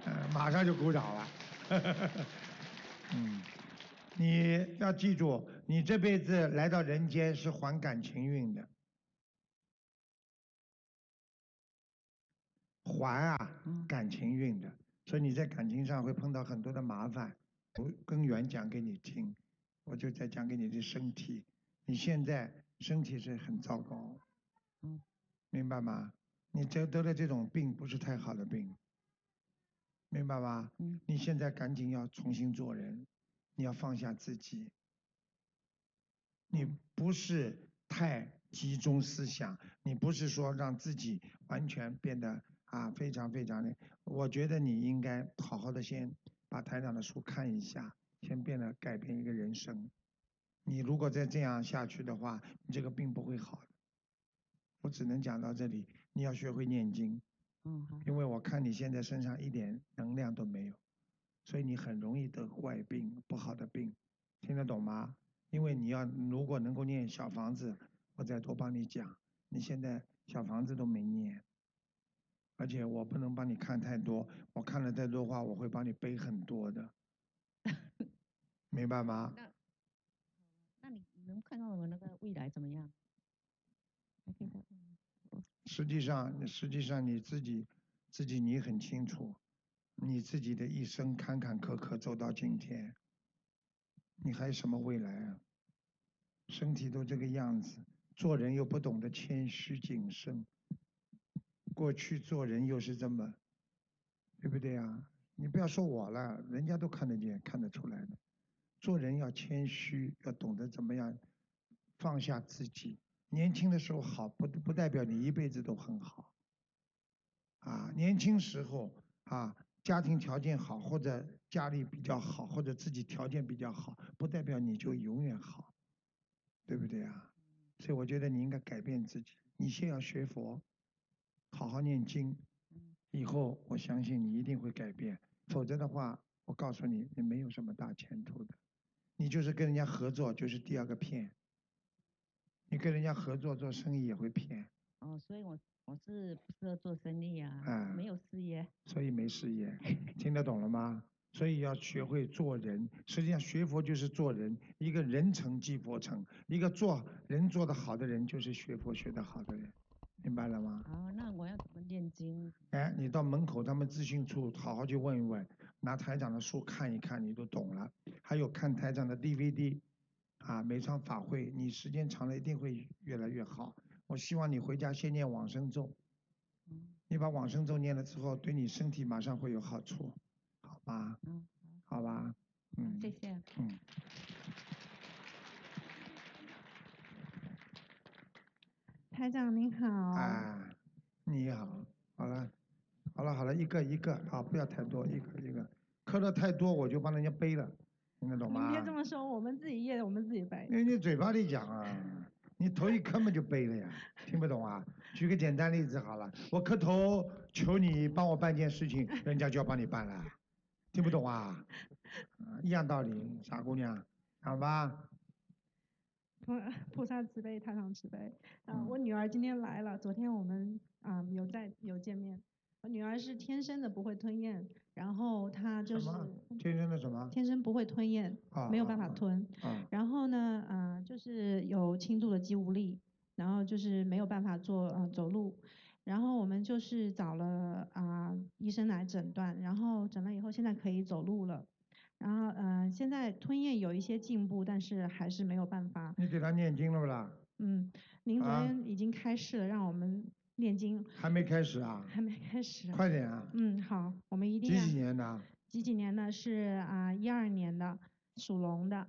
A: 呃，马上就鼓掌了。 嗯，你要记住，你这辈子来到人间是还感情运的，还啊感情运的，所以你在感情上会碰到很多的麻烦。我根源讲给你听，我就在讲给你的身体，你现在身体是很糟糕，明白吗？你得得了这种病不是太好的病，明白吗？你现在赶紧要重新做人，你要放下自己，你不是太集中思想，你不是说让自己完全变得啊非常非常的，我觉得你应该好好的先把台长的书看一下，先变得改变一个人生。你如果再这样下去的话，你这个病不会好的。我只能讲到这里，你要学会念经，
E: 嗯，好。
A: 因为我看你现在身上一点能量都没有，所以你很容易得怪病、不好的病，听得懂吗？因为你要如果能够念小房子，我再多帮你讲。你现在小房子都没念，而且我不能帮你看太多，我看了太多话，我会帮你背很多的，明白吗？
E: 那你你能看到我那个未来怎么样？还可以再
A: 实际上，实际上你自己自己你很清楚，你自己的一生坎坎坷坷走到今天，你还有什么未来啊？身体都这个样子，做人又不懂得谦虚谨慎，过去做人又是这么，对不对啊？你不要说我了，人家都看得见、看得出来的。做人要谦虚，要懂得怎么样放下自己。年轻的时候好，不不代表你一辈子都很好。啊，年轻时候啊，家庭条件好，或者家里比较好，或者自己条件比较好，不代表你就永远好，对不对啊？所以我觉得你应该改变自己，你先要学佛，好好念经，以后我相信你一定会改变，否则的话，我告诉你，你没有什么大前途的，你就是跟人家合作，就是第二个骗，你跟人家合作做生意也会骗，
E: 哦，所以我我是不适合做生意啊，
A: 哎
E: 没有事业。
A: 所以没事业，听得懂了吗？所以要学会做人，实际上学佛就是做人，一个人成即佛成，一个做人做得好的人就是学佛学得好的人，明白了吗？
E: 哦，那我要怎么念经？
A: 哎，你到门口他们咨询处好好去问一问，拿台长的书看一看，你都懂了。还有看台长的 DVD，啊，每场法会你时间长了一定会越来越好。我希望你回家先念往生咒，你把往生咒念了之后，对你身体马上会有好处，好吧？好吧，嗯，
E: 谢谢。
A: 嗯。
P: 台长您好，
A: 啊，你好，好了，好了好了，一个一个啊，不要太多，一个一个，磕的太多我就帮人家背了，听得懂吗
P: 您？别这么说，我们自己业我们自己背。
A: 因为你嘴巴里讲啊，你头一磕嘛就背了呀，听不懂啊？举个简单例子好了，我磕头求你帮我办件事情，人家就要帮你办了，听不懂啊？啊一样道理，傻姑娘，好吧？
P: 菩菩萨慈悲，太上慈悲。啊、我
A: 嗯
P: 女儿今天来了，昨天我们啊、有在有见面。我女儿是天生的不会吞咽，然后她就是
A: 天生的什么？
P: 天生不会吞咽，
A: 啊
P: 没有办法吞。
A: 啊
P: 然后呢，呃，就是有轻度的肌无力，然后就是没有办法做呃走路。然后我们就是找了啊、医生来诊断，然后诊断以后现在可以走路了。然后呃，现在吞咽有一些进步，但是还是没有办法。
A: 你给他念经了不啦？
P: 嗯，您昨
A: 啊
P: 天已经开示了，让我们念经，
A: 还没开始啊？
P: 还没开始。
A: 快点啊！
P: 嗯，好，我们一定
A: 几
P: 要。
A: 几年的啊？
P: 几几年的？是啊，一、二年的，属龙的。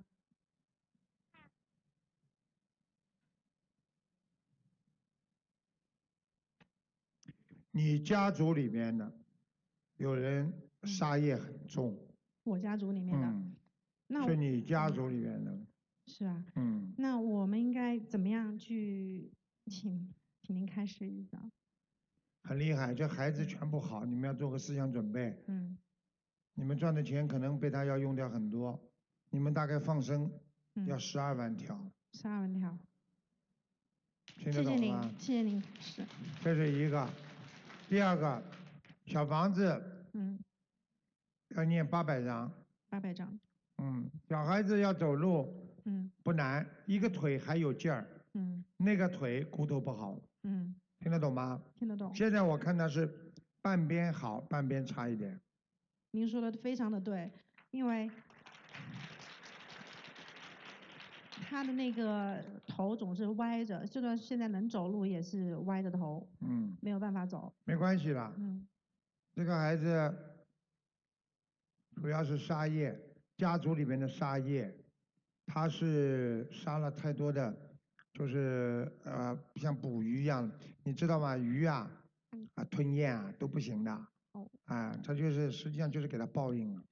A: 你家族里面的有人杀业很重，
P: 我家族里面的。
A: 嗯，
P: 那
A: 是
P: 我嗯
A: 你家族里面的，
P: 是吧？
A: 嗯，
P: 那我们应该怎么样去？请，请您开始一下。
A: 很厉害，这孩子全部好，你们要做个思想准备，
P: 嗯
A: 你们赚的钱可能被他要用掉很多，你们大概放生要
P: 嗯，
A: 十二万条，
P: 十二万条。
A: 听得
P: 谢谢
A: 懂
P: 您
A: 吗？，
P: 谢谢您开始。
A: 这是一个，第二个，小房子
P: 嗯，
A: 要念八百张，
P: 八百张。
A: 嗯，小孩子要走路
P: 嗯
A: 不难，一个腿还有劲儿，
P: 嗯
A: 那个腿骨头不好，
P: 嗯，
A: 听得懂吗？
P: 听得懂。
A: 现在我看他是半边好，半边差一点。
P: 您说的非常的对，因为他的那个头总是歪着，就算现在能走路也是歪着头，
A: 嗯，
P: 没有办法走。
A: 没关系啦。
P: 嗯
A: 这个孩子主要是杀业，家族里面的杀业，他是杀了太多的，就是呃像捕鱼一样，你知道吗？鱼啊啊吞咽啊都不行的，
C: 哦
A: 啊，他就是实际上就是给他报应了。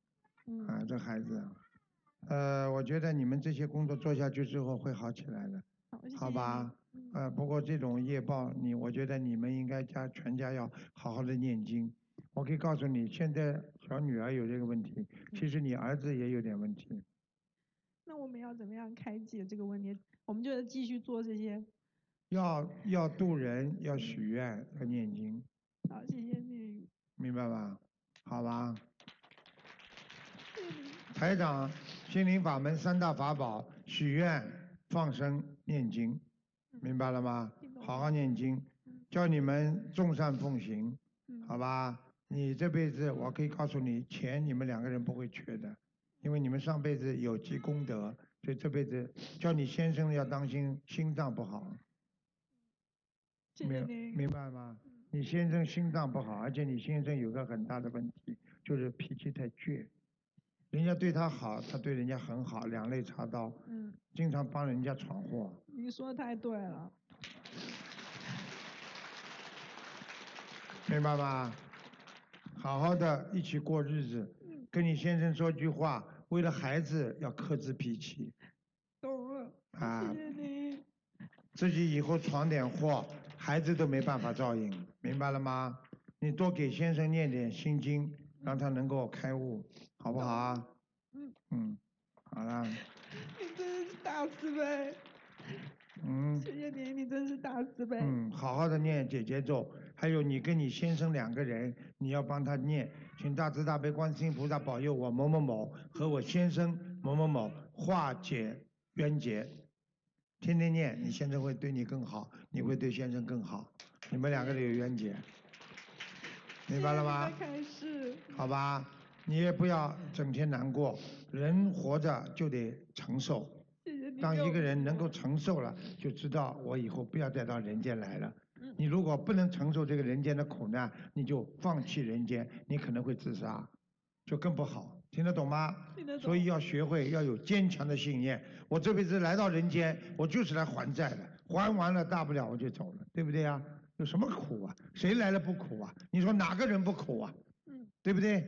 C: 嗯
A: 啊，这孩子，呃，我觉得你们这些工作做下去之后会好起来的，好吧？呃，不过这种业报，你我觉得你们应该家全家要好好的念经。我可以告诉你，现在小女儿有这个问题，其实你儿子也有点问题。
P: 那我们要怎么样开解这个问题？我们就继续做这些。
A: 要要渡人，要许愿，要念经，
P: 好，谢谢你。
A: 明白吧？好吧。嗯台长，心灵法门三大法宝：许愿、放生、念经，嗯明白了嗯吗？好好念经，叫你们众善奉行，好吧？你这辈子我可以告诉你，钱你们两个人不会缺的，因为你们上辈子有积功德，所以这辈子叫你先生要当心心脏不好，
J: 谢谢您
A: 明明白吗？你先生心脏不好，而且你先生有个很大的问题，就是脾气太倔。人家对他好，他对人家很好，两肋插刀，
J: 嗯，
A: 经常帮人家闯祸。
J: 你说太对了。
A: 明白吗？好好的一起过日子，跟你先生说句话，为了孩子要克制脾气
J: 懂了，
A: 啊
J: 谢，谢您。
A: 自己以后闯点祸，孩子都没办法照应，明白了吗？你多给先生念点心经，让他能够开悟，好不好啊？
J: 嗯，
A: 嗯，好啦，
J: 你真是大慈悲，
A: 嗯
J: 谢谢您，你真是大慈悲。
A: 嗯，好好的念姐姐咒，还有你跟你先生两个人，你要帮他念，请大慈大悲观世音菩萨保佑我某某某和我先生某某某化解冤结。天天念，你先生会对你更好，你会对先生更好，你们两个人有冤结，明白了吗？
J: 开始。
A: 好吧，你也不要整天难过，人活着就得承受。当一个人能够承受了，就知道我以后不要再到人间来了。你如果不能承受这个人间的苦难，你就放弃人间，你可能会自杀，就更不好。听得懂吗？
J: 听得懂
A: 所以要学会要有坚强的信念。我这辈子来到人间，我就是来还债的，还完了大不了我就走了，对不对啊？有什么苦啊？谁来了不苦啊？你说哪个人不苦啊？
J: 嗯，
A: 对不对？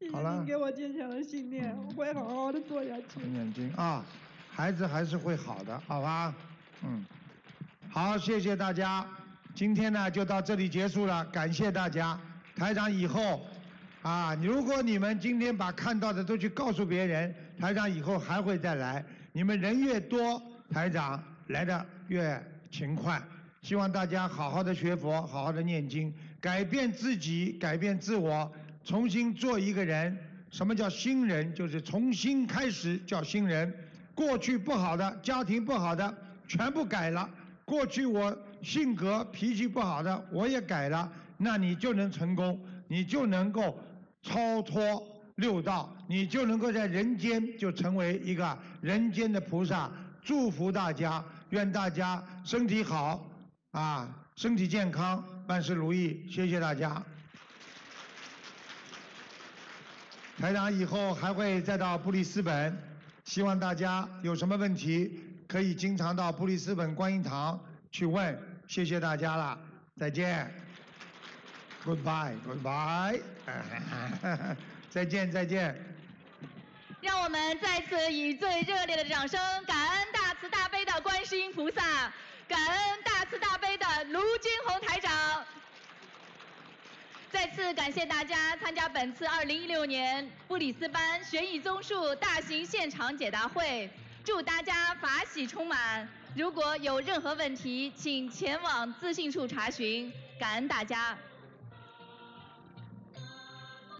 J: 谢
A: 好
J: 谢
A: 了
J: 您给我坚强的信念，我会好好的做下去。
A: 眼睛啊，孩子还是会好的，好吧？嗯，好，谢谢大家，今天呢就到这里结束了，感谢大家。台长以后啊，如果你们今天把看到的都去告诉别人，台长以后还会再来。你们人越多，台长来的越勤快。希望大家好好的学佛，好好的念经，改变自己，改变自我，重新做一个人。什么叫新人？就是重新开始叫新人。过去不好的，家庭不好的，全部改了。过去我性格脾气不好的，我也改了，那你就能成功，你就能够超脱六道，你就能够在人间就成为一个人间的菩萨。祝福大家，愿大家身体好啊，身体健康，万事如意。谢谢大家。台长以后还会再到布里斯本，希望大家有什么问题可以经常到布里斯本观音堂去问。谢谢大家了，再见。Goodbye，Goodbye，再见再见。
Q: 让我们再次以最热烈的掌声，感恩大慈大悲的观世音菩萨，感恩大慈大悲的卢军红台长。再次感谢大家参加本次2016年布里斯班悬疑综述大型现场解答会，祝大家法喜充满。如果有任何问题，请前往资讯处查询。感恩大家。